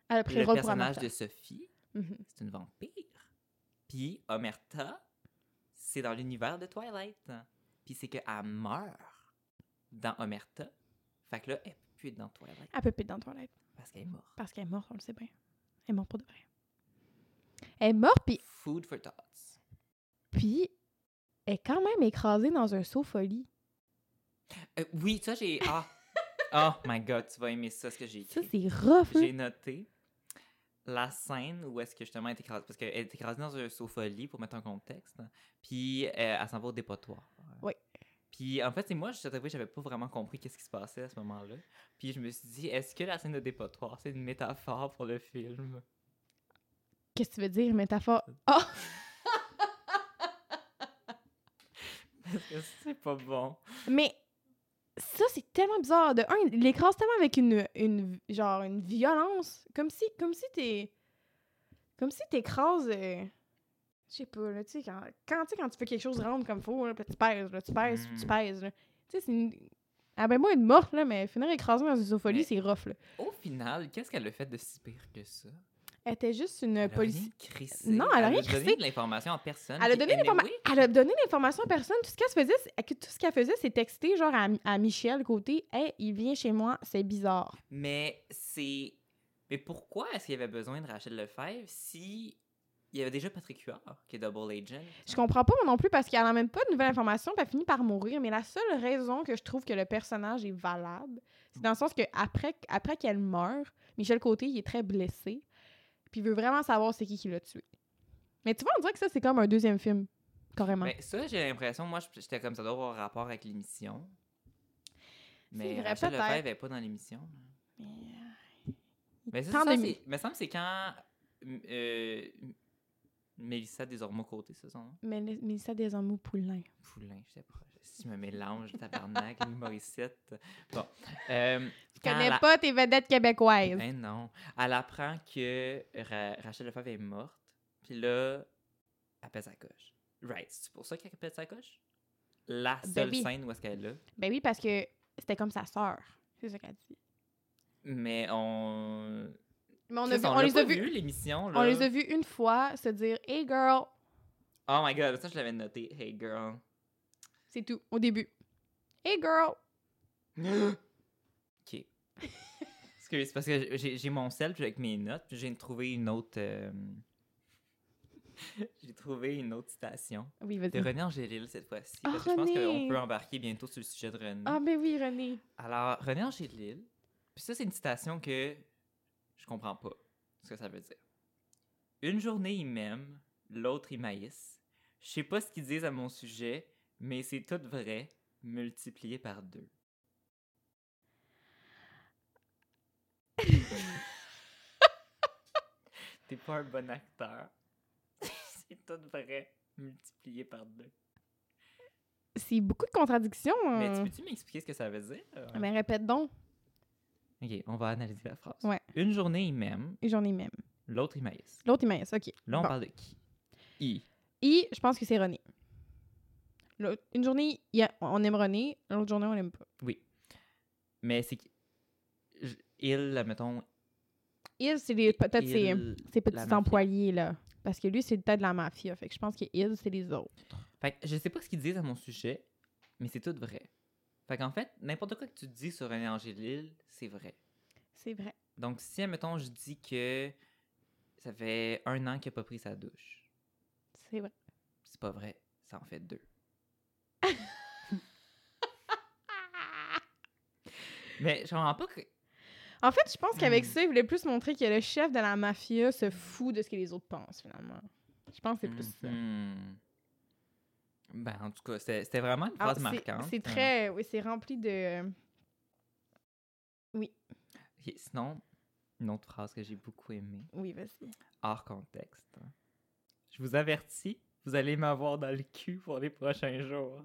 B: Elle a pris le
A: le
B: rôle pour
A: personnage
B: Amanda.
A: de Sophie,
B: Mhm.
A: c'est une vampire. Puis Omerta, c'est dans l'univers de Twilight. Puis c'est qu'elle meurt dans Omerta. Fait que là, elle peut plus être dans Twilight
B: Elle peut péter dans Twilight.
A: parce qu'elle est morte.
B: Parce qu'elle est morte, on le sait bien. Elle est morte pour de vrai. Elle est morte, puis,
A: Food for thoughts.
B: puis elle est quand même écrasée dans un saut folie.
A: Euh, oui, ça, j'ai.
B: [laughs]
A: Ah! oh my god, tu vas aimer ça, ce que j'ai
B: Ça,
A: écrit.
B: c'est rough, là.
A: J'ai noté la scène où est-ce que justement elle est écrasée. Parce qu'elle est écrasée dans un sofa lit pour mettre en contexte. Puis euh, elle s'en va au dépotoir.
B: Oui.
A: Puis en fait, c'est moi, je suis avoué, j'avais pas vraiment compris qu'est-ce qui se passait à ce moment-là. Puis je me suis dit, est-ce que la scène de dépotoir, c'est une métaphore pour le film? [laughs]
B: Qu'est-ce que tu veux dire, métaphore? Oh!
A: Parce que c'est pas bon.
B: Mais ça, c'est tellement bizarre. De un, il l'écrase tellement avec une, une, genre, une violence. Comme si, comme si t'es... Comme si t'écrases... euh, je sais pas, là, tu sais, quand, quand, tu sais, quand tu fais quelque chose rendre comme faux, là, puis tu pèses, là, tu pèses,
A: Mm.
B: tu pèses, là. Tu sais, c'est une... Ah ben moi, une morte, là, mais finir écrasée dans une sofolie,
A: Mais-
B: c'est rough, là.
A: Au final, qu'est-ce qu'elle a fait de si pire que ça?
B: Elle était juste une
A: Elle a rien
B: police.
A: crissé.
B: Non, elle a rien
A: donné
B: crissé.
A: de l'information à personne.
B: Elle a,
A: Puis
B: donné
A: anyway,
B: l'informa- elle a donné l'information à personne. Tout ce qu'elle faisait, c'est- que- tout ce qu'elle faisait, c'est texter genre à, à Michel côté, hey, il vient chez moi, c'est bizarre.
A: Mais c'est. Mais pourquoi est-ce qu'il y avait besoin de Rachel Lefebvre si il y avait déjà Patrick Huard qui est Double Agent?
B: Je comprends pas moi non plus parce qu'elle n'amène pas de nouvelles informations, puis elle finit par mourir. Mais la seule raison que je trouve que le personnage est valable, c'est dans le sens que après, après qu'elle meurt, Michel Côté, il est très blessé, puis il veut vraiment savoir c'est qui qui l'a tué. Mais tu vois, on dirait que ça, c'est comme un deuxième film, carrément.
A: Mais Ben, ça, j'ai l'impression, moi, j'étais comme ça doit avoir un rapport avec l'émission. Mais
B: vrai,
A: Rachel
B: peut-être.
A: Lefebvre n'est pas dans l'émission.
B: Mais, euh, il
A: Mais c'est
B: tente
A: ça,
B: de-
A: c'est- me semble que c'est quand euh, euh, Mélissa Desormeaux-Côté, c'est son nom?
B: Mais Mélissa Desormeaux-Poulain.
A: Poulain, je sais pas. Si je me mélange,
B: [laughs]
A: tabarnak, Louis Morissette. Bon. euh,
B: Tu
A: quand
B: connais
A: la-
B: pas tes vedettes québécoises.
A: Ben non. Elle apprend que Ra- Rachel Lefebvre est morte. Puis là, elle pète sa coche. Right. C'est pour ça qu'elle pète sa coche? La
B: Ben
A: seule
B: oui.
A: scène où est-ce qu'elle est là.
B: Ben oui, parce que c'était comme sa sœur. C'est ça qu'elle dit.
A: Mais on...
B: Mais on, a
A: Chris,
B: vu- on
A: l'a
B: les
A: pas
B: a vus.
A: vu, l'émission, là.
B: On les a vus une fois se dire Hey girl,
A: Oh my God, ça, je l'avais noté. Hey, girl. [gasps]
B: c'est tout, au début. Hey girl!
A: OK.
B: [laughs]
A: Excuse, parce que j'ai j'ai mon sel puis avec mes notes, puis j'ai trouvé une autre... euh, [laughs] j'ai trouvé une autre citation.
B: Oui,
A: De
B: vas-y.
A: René Angélil cette fois-ci.
B: Mm. Ah,
A: parce que je pense qu'on
B: René!
A: peut embarquer bientôt sur le sujet de René.
B: Ah, ben oui, René.
A: Alors, René Angélil, puis ça, c'est une citation que je comprends pas ce que ça veut dire. Une journée, ils m'aiment, l'autre, ils maïssent. Je sais pas ce qu'ils disent à mon
B: [laughs]
A: sujet, mais c'est tout vrai, multiplié par deux. T'es pas un bon acteur. [laughs] c'est tout vrai, multiplié par deux.
B: C'est beaucoup de contradictions.
A: Mais
B: hein.
A: tu peux-tu m'expliquer ce que ça veut dire?
B: Mais répète donc.
A: Ok, on va analyser la phrase.
B: Ouais.
A: Une journée, il m'aime,
B: Et j'en ai même.
A: l'autre, il maïs.
B: L'autre, il m'aise. OK.
A: Là, on
B: Bon.
A: parle de qui? I.
B: Et je pense que c'est René. L'autre- Une journée, il y a- on aime René. L'autre journée, on l'aime pas.
A: Oui. Mais c'est que. je- Il, mettons.
B: Il, c'est les- peut-être ses,
A: il-
B: ses
A: la
B: petits
A: mafia.
B: employés, là. Parce que lui, c'est peut-être de la mafia. Fait que je pense que il, c'est les autres.
A: Fait que je sais pas ce qu'ils disent à mon sujet, mais c'est tout vrai. Fait qu'en fait, n'importe quoi que tu dis sur René Angélil, c'est vrai.
B: C'est vrai.
A: Donc, si, admettons, je dis que ça fait un an qu'il a pas pris sa douche,
B: C'est vrai.
A: c'est pas vrai, ça en fait
B: [laughs]
A: deux. mais je comprends pas que.
B: En fait, je pense qu'avec
A: Hmm.
B: ça, il voulait plus montrer que le chef de la mafia se fout de ce que les autres pensent, finalement. Je pense que c'est plus ça.
A: Mhm. Ben, en tout cas, c'était c'était vraiment une
B: Ah,
A: phrase
B: c'est-
A: marquante. hein.
B: C'est très. Oui, c'est rempli de. euh,
A: Ok, Euh, sinon, une autre phrase que j'ai beaucoup aimée.
B: Oui, vas-y.
A: hors contexte. Je vous avertis, vous allez m'avoir dans le cul pour les prochains jours.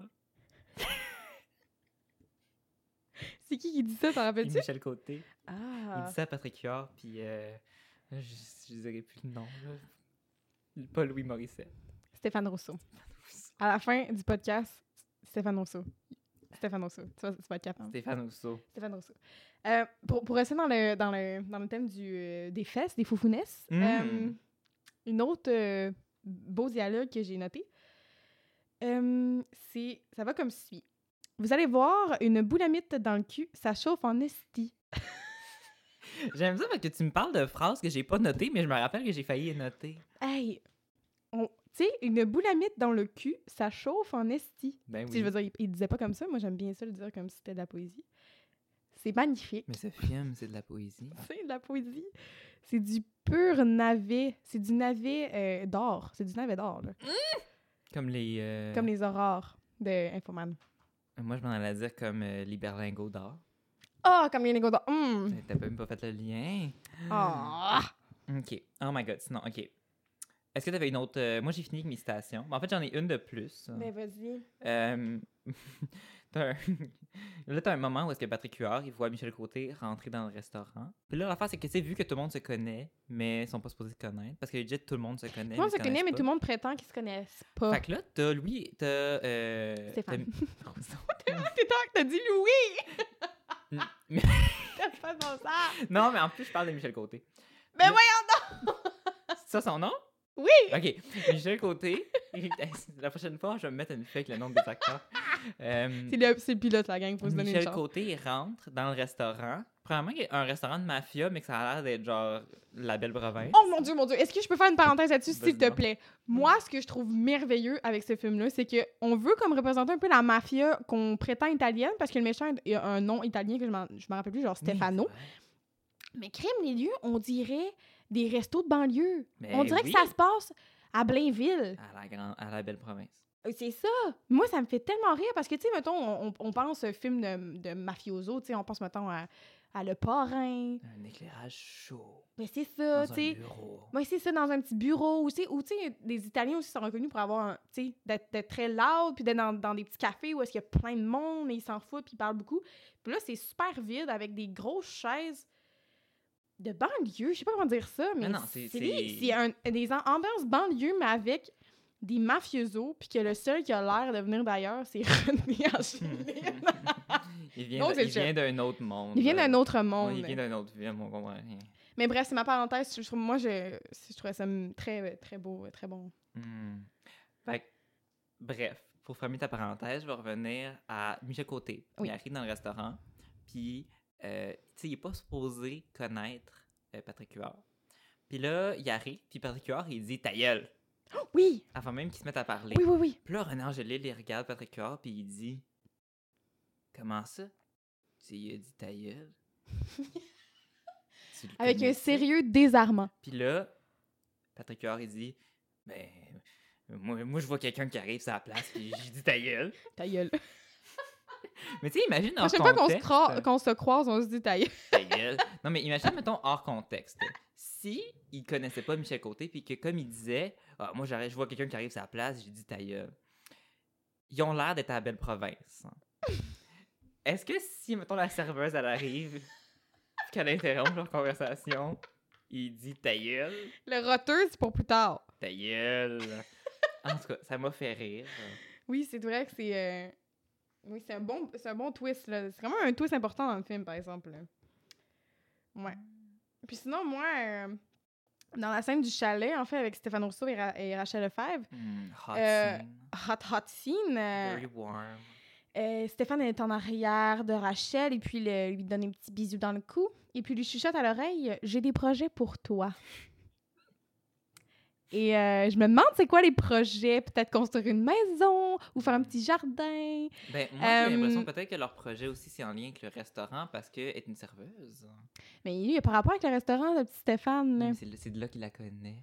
B: C'est qui qui dit ça, t'en
A: Et
B: rappelles-tu?
A: Michel Côté, il
B: Ah.
A: dit ça à Patrick Huard, puis euh, je, je dirais plus le nom. là. Pas Louis Morissette.
B: Stéphane Rousseau. À la fin du podcast, Stéphane Rousseau. Stéphane Rousseau. Tu vas, tu vas être capable.
A: Stéphane Rousseau.
B: hein. Stéphane Rousseau. Euh, pour, pour rester dans le, dans le, dans le thème du, euh, des fesses, des foufounesses,
A: Mm.
B: euh, une autre euh, beau dialogue que j'ai noté, euh, c'est ça va comme suit. Vous allez voir une boulamite dans le cul, ça chauffe en esti.
A: J'aime ça parce que tu me parles de phrases que j'ai pas notées, mais je me rappelle que j'ai failli les noter.
B: Hey! On- Tu sais, une boulamite dans le cul, ça chauffe en esti.
A: Ben
B: Tu sais,
A: oui.
B: Je veux dire, il, il disait pas comme ça, moi j'aime bien ça le dire comme si c'était de la poésie. C'est magnifique.
A: Mais ce film, c'est de la poésie.
B: [laughs] C'est de la poésie. C'est du pur navet. C'est du navet euh, d'or. C'est du navet d'or, là.
A: Comme les. euh,
B: Comme les aurores de Infoman.
A: Moi, je m'en allais dire comme euh, les berlingots d'or.
B: Ah, comme les négos d'or. Hum!
A: T'as même pas fait le lien.
B: Ah!
A: OK. Oh my god, sinon, OK. Est-ce que t'avais une autre... euh, moi, j'ai fini avec mes citations. Mais en fait, j'en ai une de plus.
B: Ben vas-y.
A: Euh, [laughs] t'as un- [laughs] là, t'as un moment où est-ce que Patrick Huard, il voit Michel Côté rentrer dans le restaurant. Puis là, l'affaire, c'est que, tu sais, vu que tout le monde se connaît, mais ils sont pas supposés se connaître, parce que déjà, tout le monde se connaît.
B: Tout le monde
A: mais
B: se
A: ils
B: connaît, mais
A: connaissent
B: tout le monde prétend qu'ils se connaissent
A: pas.
B: pas. [laughs]
A: Fait que là, t'as Louis... T'as... Euh,
B: Oh.
A: [laughs]
B: Stéphane.
A: t'as- Rousseau.
B: T'es tard que t'as dit Louis! [laughs]
A: Mais-
B: T'as pas bon sens!
A: non, mais en plus, je parle de Michel Côté.
B: Ben
A: voyons donc! [laughs] C'est ça son nom?
B: Oui!
A: OK. Michel Côté. [laughs] la prochaine fois, je vais me mettre une feuille avec le nom des acteurs.
B: [laughs]
A: Euh,
B: C'est le, c'est le pilote, la gang, faut se donner une
A: Michel
B: chance.
A: Côté il rentre dans le restaurant. Premièrement, il y a un restaurant de mafia, mais que ça a l'air d'être genre la belle province.
B: Oh mon dieu, mon dieu. Est-ce que je peux faire une parenthèse là-dessus,
A: Vas-y
B: s'il te
A: donc.
B: plaît? Moi, ce que je trouve merveilleux avec ce film-là, c'est que on veut comme représenter un peu la mafia qu'on prétend italienne, parce que le méchant il a un nom italien que je m'en je m'en rappelle plus, genre
A: Oui,
B: Stefano.
A: c'est vrai.
B: Mais crème les lieux, on dirait des restos de banlieue.
A: Mais
B: on dirait
A: Eh oui.
B: que ça se passe à Blainville.
A: À la, grande, à la belle province.
B: Euh, C'est ça. Moi, ça me fait tellement rire parce que, tu sais, mettons, on, on- on pense au film de, de mafioso, tu sais, on pense, mettons, à, à Le Parrain.
A: Un éclairage chaud.
B: Mais c'est
A: dans
B: ça, tu
A: un
B: sais.
A: bureau.
B: Oui, c'est ça, dans un petit bureau. Ou, tu sais, ou, tu sais, les Italiens aussi sont reconnus pour avoir, un- tu sais, d'être d'être très loud, puis d'être dans, dans des petits cafés où est-ce qu'il y a plein de monde, mais ils s'en foutent, puis ils parlent beaucoup. Puis là, c'est super vide avec des grosses chaises de banlieue. Je sais pas comment dire ça, mais
A: Ah non, c'est-
B: c'est
A: c'est-
B: des, c'est un- des am- ambiances banlieue, mais avec des mafiosos, puis que le seul qui a l'air de venir d'ailleurs, c'est [laughs] René Angélil.
A: [laughs] il vient,
B: Non,
A: de-
B: c'est
A: il
B: le chef.
A: vient d'un autre monde.
B: Il vient d'un autre
A: Ouais,
B: monde.
A: Il vient d'un autre film, on comprend rien.
B: Mais bref, c'est ma parenthèse. Je trouve- moi, je, je trouvais ça hum, très, très beau, très bon.
A: Hmm. Fait que, bref, pour fermer ta parenthèse, je vais revenir à Michel Côté.
B: Oui.
A: Il arrive dans le restaurant, puis, euh, tu sais, il n'est pas supposé connaître euh, Patrick Huard. Puis là, il arrive, puis Patrick Huard, il dit « ta gueule
B: Oui! »
A: avant même qu'il se mette à parler.
B: Oui, oui, oui.
A: Puis là, René Angélil, il regarde Patrick Huard, puis il dit « Comment ça? » Tu sais, il a dit « ta
B: [laughs]
A: gueule. Tu le
B: Avec un
A: connais-tu?
B: sérieux désarmant.
A: Puis là, Patrick Huard, il dit Ben, moi, moi je vois quelqu'un qui arrive sur la place, puis j'ai dit ta gueule.
B: Ta gueule.
A: Mais tu sais, imagine
B: La
A: hors
B: prochaine fois qu'on se,
A: contexte. euh.
B: cro- qu'on se croise, on se dit taille.
A: Ta gueule. Non, mais imagine, mettons, hors contexte. Si il connaissait pas Michel Côté, puis que comme il disait, Ah, moi, j'arrive, je vois quelqu'un qui arrive sur la place, j'ai dit ta gueule. Ils ont l'air d'être à la belle province. Est-ce que si, mettons, la serveuse, elle arrive, puis qu'elle interrompt leur conversation, il dit ta gueule,
B: [laughs] Le roteur, c'est pour plus tard.
A: ta gueule. En tout cas, ça m'a fait rire.
B: Oui, c'est vrai que c'est. euh, Oui, c'est un bon, c'est un bon twist. là. C'est vraiment un twist important dans le film, par exemple. là. Ouais. Puis sinon, moi, euh, dans la scène du chalet, en fait, avec Stéphane Rousseau et, Ra- et Rachel Lefebvre,
A: Hmm, hot
B: Euh,
A: scene,
B: Hot Hot Scene, euh,
A: very warm.
B: euh, Stéphane est en arrière de Rachel et puis le- lui donne un petit bisou dans le cou et puis lui chuchote à l'oreille J'ai des projets pour toi. Et euh, je me demande c'est quoi les projets Peut-être construire une maison ou faire un petit jardin.
A: Ben, moi, j'ai
B: Euh,
A: l'impression peut-être que leur projet aussi, c'est en lien avec le restaurant parce qu'elle est une serveuse.
B: Mais lui, il a par rapport avec le restaurant, le petit Stéphane, là.
A: Mais C'est, le- c'est de là qu'il la connaît.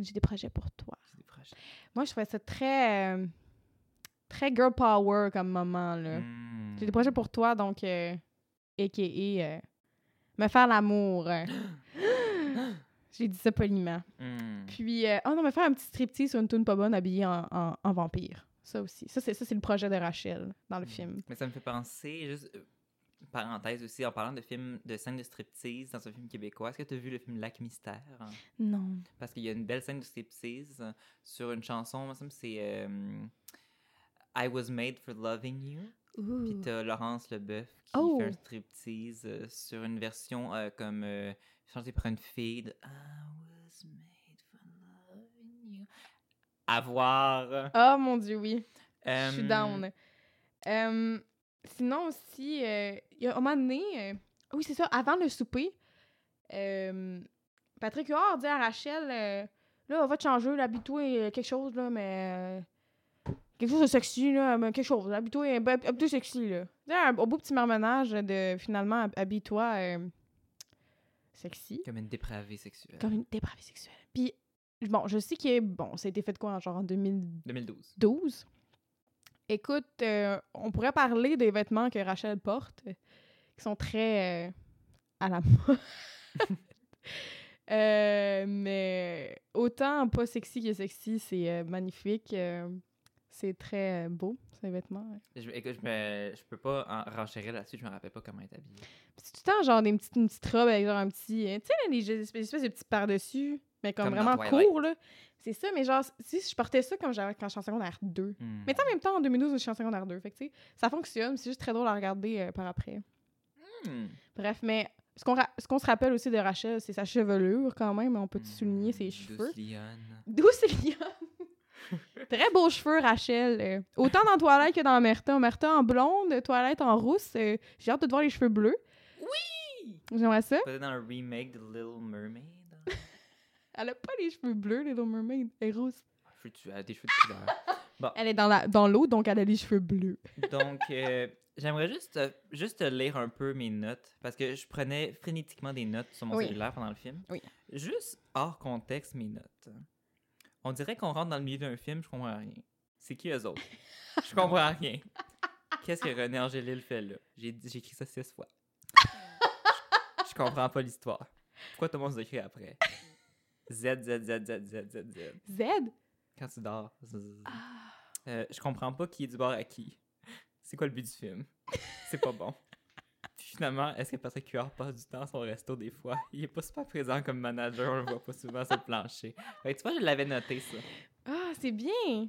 B: j'ai des projets pour toi.
A: C'est des projets.
B: Moi, je trouvais ça très. euh, très girl power comme moment, là.
A: Hmm.
B: J'ai Euh, des projets pour toi, donc. Euh, AKA. euh, me faire l'amour. j'ai dit ça poliment.
A: Hmm.
B: Puis, euh, oh non, me faire un petit striptease sur une toune pas bonne habillée en, en- en vampire. Ça aussi. Ça, c'est ça, c'est le projet de Rachel
A: Hmm.
B: dans le film.
A: Mais ça me fait penser, juste euh, parenthèse aussi, en parlant de films de scènes de striptease dans un film québécois, est-ce que tu as vu le film Lac Mystère?
B: Non.
A: Parce qu'il y a une belle scène de striptease euh, sur une chanson, il me semble que c'est euh, I Was Made for Loving You. Puis t'as Laurence Leboeuf qui
B: Hmm. Oh.
A: fait un striptease euh, sur une version euh, comme euh, chantée par une fille de I was made for loving you. À voir.
B: Oh mon dieu, oui. Je
A: Euh,
B: suis down. Euh, sinon aussi, euh, il y a un moment donné, euh, oui c'est ça, avant le souper, euh, Patrick Huard dit à Rachel, euh, là on va te changer, là, habille-toi euh, quelque chose là, mais euh, quelque chose de sexy là, mais quelque chose, là, habille-toi un peu- un peu sexy là. Tu sais, un, beau petit marmonnage de finalement hab- habille-toi euh, sexy
A: Comme une dépravée sexuelle.
B: comme une dépravée sexuelle. Puis bon, je sais que bon, ça a été fait quoi genre en 2000
A: 2012.
B: 12. Écoute, euh, on pourrait parler des vêtements que Rachel porte, euh, qui sont très euh, à la [laughs] mode. Euh, mais autant pas sexy que sexy, c'est euh, magnifique. euh, c'est très euh, beau, ces vêtements. ouais.
A: Je, écoute, je, me- je peux pas en renchérir là-dessus, je me rappelle pas comment elle est habillée.
B: C'est tout le temps genre des petites, une petite robe avec genre un petit. euh, tu sais, là, les les espèces espèces de petits par-dessus, mais comme,
A: Comme dans
B: vraiment
A: Twilight.
B: court, là. C'est ça, mais genre, si je portais ça comme j'avais quand je suis en secondaire 2.
A: Hmm.
B: Mais tu sais, en même temps, en 2012, je suis en secondaire 2. Fait que, tu sais, ça fonctionne. C'est juste très drôle à regarder euh, par après.
A: Hmm.
B: Bref, mais ce qu'on, ra- ce qu'on se rappelle aussi de Rachel, c'est sa chevelure quand même. On peut souligner ses
A: Hmm.
B: cheveux. [laughs]
A: Douce lionne.
B: Douce Lyon. très beaux cheveux, Rachel. euh. Autant dans Toilette que dans Merta. Merta en blonde, Toilette en rousse. euh, j'ai hâte de te voir les cheveux bleus. Oui! J'aimerais ça.
A: Peut-être dans un remake de Little Mermaid.
B: Elle a pas les cheveux bleus, Little Mermaid. Elle est rousse.
A: Cheveux de- Elle a euh, des cheveux de couleur.
B: Elle est dans, la, dans l'eau, donc elle a les cheveux bleus.
A: Donc, euh, j'aimerais juste, euh, juste lire un peu mes notes, parce que je prenais frénétiquement des notes sur mon
B: Oui.
A: cellulaire pendant le film.
B: Oui.
A: Juste hors contexte, mes notes. On dirait qu'on rentre dans le milieu d'un film, je comprends rien. C'est qui eux autres? Je comprends rien. Qu'est-ce que René Angélil fait là? J'ai dit- j'ai écrit ça six fois. Je- Je comprends pas l'histoire. Pourquoi tout le monde se décrit après? Z, Z, Z, Z, Z, Z, Z.
B: Z?
A: Quand tu dors. z- z- z. Euh, je comprends pas qui est du bord à qui. C'est quoi le but du film? C'est pas bon. Puis Finalement, est-ce que Patrick Huard passe du temps à son resto des fois? Il est pas super présent comme manager, on le voit pas souvent sur le plancher. Fait que tu vois, je l'avais noté ça.
B: Ah, c'est bien!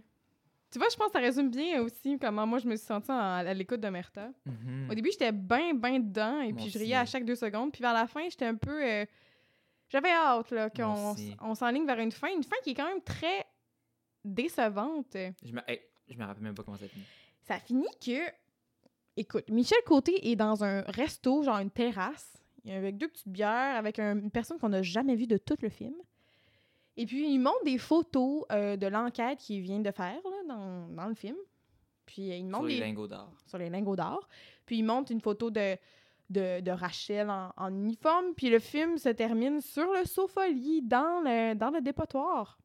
B: Tu vois, je pense que ça résume bien aussi comment moi je me suis sentie en- à l'écoute de Merta.
A: Mhm.
B: Au début, j'étais ben, ben dedans, et
A: Moi
B: puis je
A: aussi.
B: riais à chaque deux secondes. Puis vers la fin, j'étais un peu. euh, J'avais hâte là, qu'on
A: aussi.
B: s- on s'enligne vers une fin, une fin qui est quand même très décevante.
A: Je, me... hey, je me rappelle même pas comment ça finit.
B: Ça finit que. Écoute, Michel Côté est dans un resto, genre une terrasse, avec deux petites bières, avec un- une personne qu'on n'a jamais vue de tout le film. Et puis, il montre des photos euh, de l'enquête qu'il vient de faire là, dans, dans le film. Puis, euh, il montre
A: Sur les
B: des-
A: lingots d'or.
B: sur les lingots d'or. Puis il montre une photo de, de, de Rachel en, en uniforme. Puis le film se termine sur le sofa lit dans le, dans le dépotoir.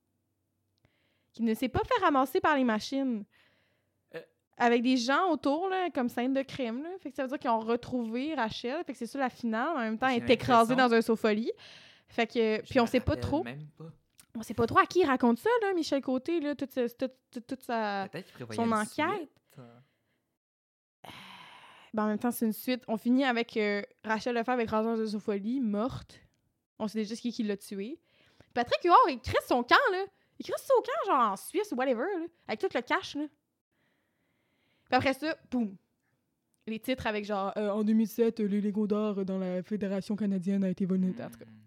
B: Qui ne s'est pas fait ramasser par les machines.
A: Euh.
B: avec des gens autour, là, comme scène de crime. Là. Fait que ça veut dire qu'ils ont retrouvé Rachel. Fait que c'est ça la finale. En même temps, elle
A: J'ai
B: est écrasée
A: l'impression-
B: dans un sofa lit. Fait que,
A: Je
B: puis on
A: me
B: sait pas
A: rappelle
B: trop.
A: Même pas.
B: On sait pas trop à qui il raconte ça, là, Michel Côté, là, toute, ce- toute- toute- toute sa.
A: Peut-être qu'il prévoyait
B: euh, Son
A: une
B: enquête.
A: suite, euh.
B: Ben, en même temps, c'est une suite. On finit avec euh, Rachel Lefebvre écrasée dans un sofa lit, morte. On sait déjà ce qui, qui l'a tuée. Patrick Huard, il crée son camp, là. Il crée son camp, genre en Suisse ou whatever, là, avec tout le cash, là. Puis après ça, boum. Les titres avec genre euh, en 2007, euh, les Lego d'or euh, dans la Fédération canadienne a été volé. En tout cas.
A: Mm.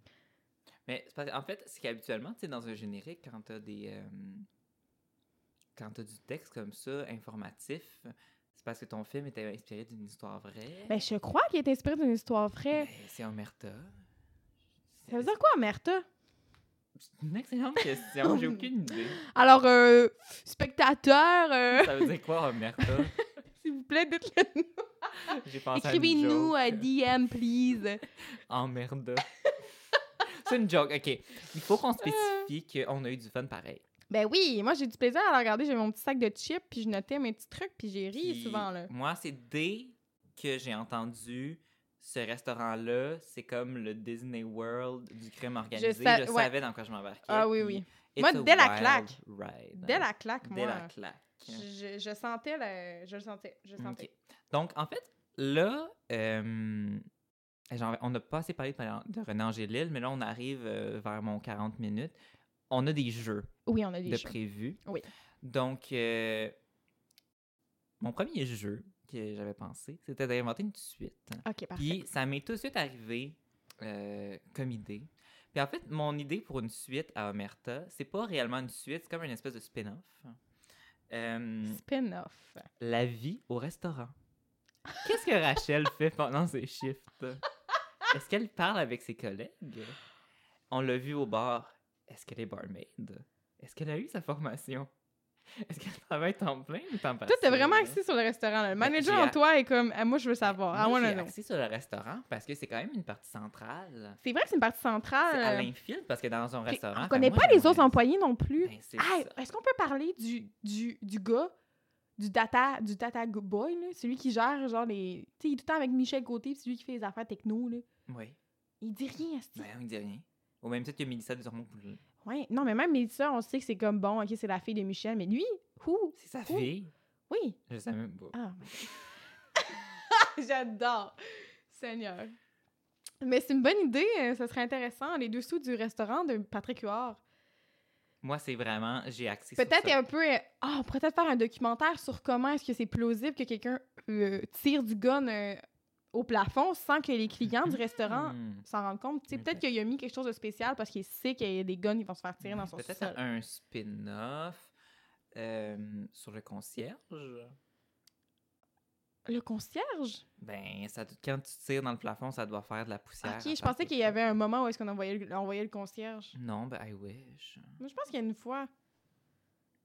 A: Mais c'est parce- en fait, c'est qu'habituellement, tu sais, dans un générique, quand t'as des. euh, quand t'as du texte comme ça, informatif, c'est parce que ton film était inspiré d'une histoire vraie.
B: Ben, je crois qu'il est inspiré d'une histoire vraie.
A: Mais c'est Omerta.
B: Ça veut dire quoi, Merta?
A: C'est une excellente question, j'ai aucune idée.
B: Alors, euh, spectateurs, euh, [laughs]
A: Ça veut dire quoi, Omerta?
B: s'il vous plaît, dites-le nous.
A: J'ai pensé à une
B: Écrivez-nous
A: joke.
B: à DM, please.
A: Emmerda. [laughs] c'est une joke, ok. Il faut qu'on spécifie qu'on a eu du fun pareil.
B: Ben oui, moi j'ai du plaisir à la regarder. J'avais mon petit sac de chips, puis je notais mes petits trucs, puis j'ai ri
A: Puis,
B: souvent là.
A: Moi, c'est dès que j'ai entendu ce restaurant-là, c'est comme le Disney World du crime organisé. Je,
B: sa- ouais.
A: savais dans quoi je m'embarquais.
B: Ah oui,
A: puis
B: oui.
A: it's
B: Moi,
A: a
B: dès la
A: wild
B: claque.
A: ride,
B: Dès
A: hein.
B: la claque,
A: Dès
B: moi.
A: la claque.
B: Je, je- je sentais le. Je le sentais. Je le sentais.
A: Ok. Donc, en fait, là, euh, j'en- on n'a pas assez parlé de, de René Angélil, mais là, on arrive euh, vers mon 40 minutes. On a des jeux
B: Oui, on a des
A: de
B: choses.
A: prévu.
B: Oui.
A: Donc, euh, mon premier jeu que j'avais pensé, c'était d'inventer une suite.
B: Ok, parfait.
A: Puis ça m'est tout de suite arrivé euh, comme idée. Puis en fait, mon idée pour une suite à Omerta, c'est pas réellement une suite, c'est comme une espèce de spin-off. Euh,
B: Spin-off.
A: la vie au restaurant. Qu'est-ce que Rachel fait pendant ses shifts? Est-ce qu'elle parle avec ses collègues? On l'a vu au bar. Est-ce qu'elle est barmaid? Est-ce qu'elle a eu sa formation? Est-ce qu'elle travaille temps plein ou temps partiel?
B: Toi, t'es vraiment
A: là?
B: axé sur le restaurant. là. Le
A: Ben,
B: manager
A: j'ai-
B: en toi est comme. Ah, moi, je veux savoir. Ah,
A: Moi,
B: moi,
A: j'ai
B: non, non.
A: axé sur le restaurant parce que c'est quand même une partie centrale.
B: C'est vrai que c'est une partie centrale.
A: C'est
B: euh,
A: à l'infile parce que dans un
B: puis
A: restaurant...
B: On
A: ben,
B: connaît
A: moi,
B: pas
A: j'ai
B: les autres
A: mon-
B: employés non plus.
A: Ben, c'est
B: Ah,
A: ça.
B: est-ce qu'on peut parler du, du, du gars, du data, du data go- boy, là? celui qui gère genre les. Tu sais, il est tout le temps avec Michel Côté, puis celui qui fait les affaires techno, là.
A: Oui,
B: Il dit rien, à
A: ben, on dit rien. Au même titre que Mélissa Dusormeau-Poulin.
B: Ouais, non, mais même Mélissa, on sait que c'est comme bon, ok, c'est la fille de Michel, mais lui, who?
A: C'est sa
B: Ouh.
A: fille.
B: Oui.
A: Je sais même pas.
B: Ah. J'adore. Seigneur. Mais c'est une bonne idée, euh, ça serait intéressant, les dessous du restaurant de Patrick Huard.
A: Moi, c'est vraiment... J'ai axé sur
B: Peut-être
A: ça.
B: un peu. euh, Ah, on pourrait peut-être faire un documentaire sur comment est-ce que c'est plausible que quelqu'un euh, tire du gun euh, au plafond sans que les clients
A: [laughs]
B: du restaurant
A: Hmm.
B: s'en rendent compte. Tu sais,
A: Mais
B: Peut-être qu'il a mis quelque chose de spécial parce qu'il sait qu'il y a des guns qui vont se faire tirer dans son
A: Peut-être
B: sol.
A: un spin-off euh, sur le concierge.
B: Le concierge?
A: Ben, ça, quand tu tires dans le plafond, ça doit faire de la poussière.
B: Ok,
A: à
B: je pensais
A: partir
B: qu'il
A: de
B: y
A: ça.
B: avait un moment où est-ce qu'on envoyait le, envoyait le concierge.
A: Non, ben, I wish. [laughs]
B: Moi, je pense qu'il y a une fois,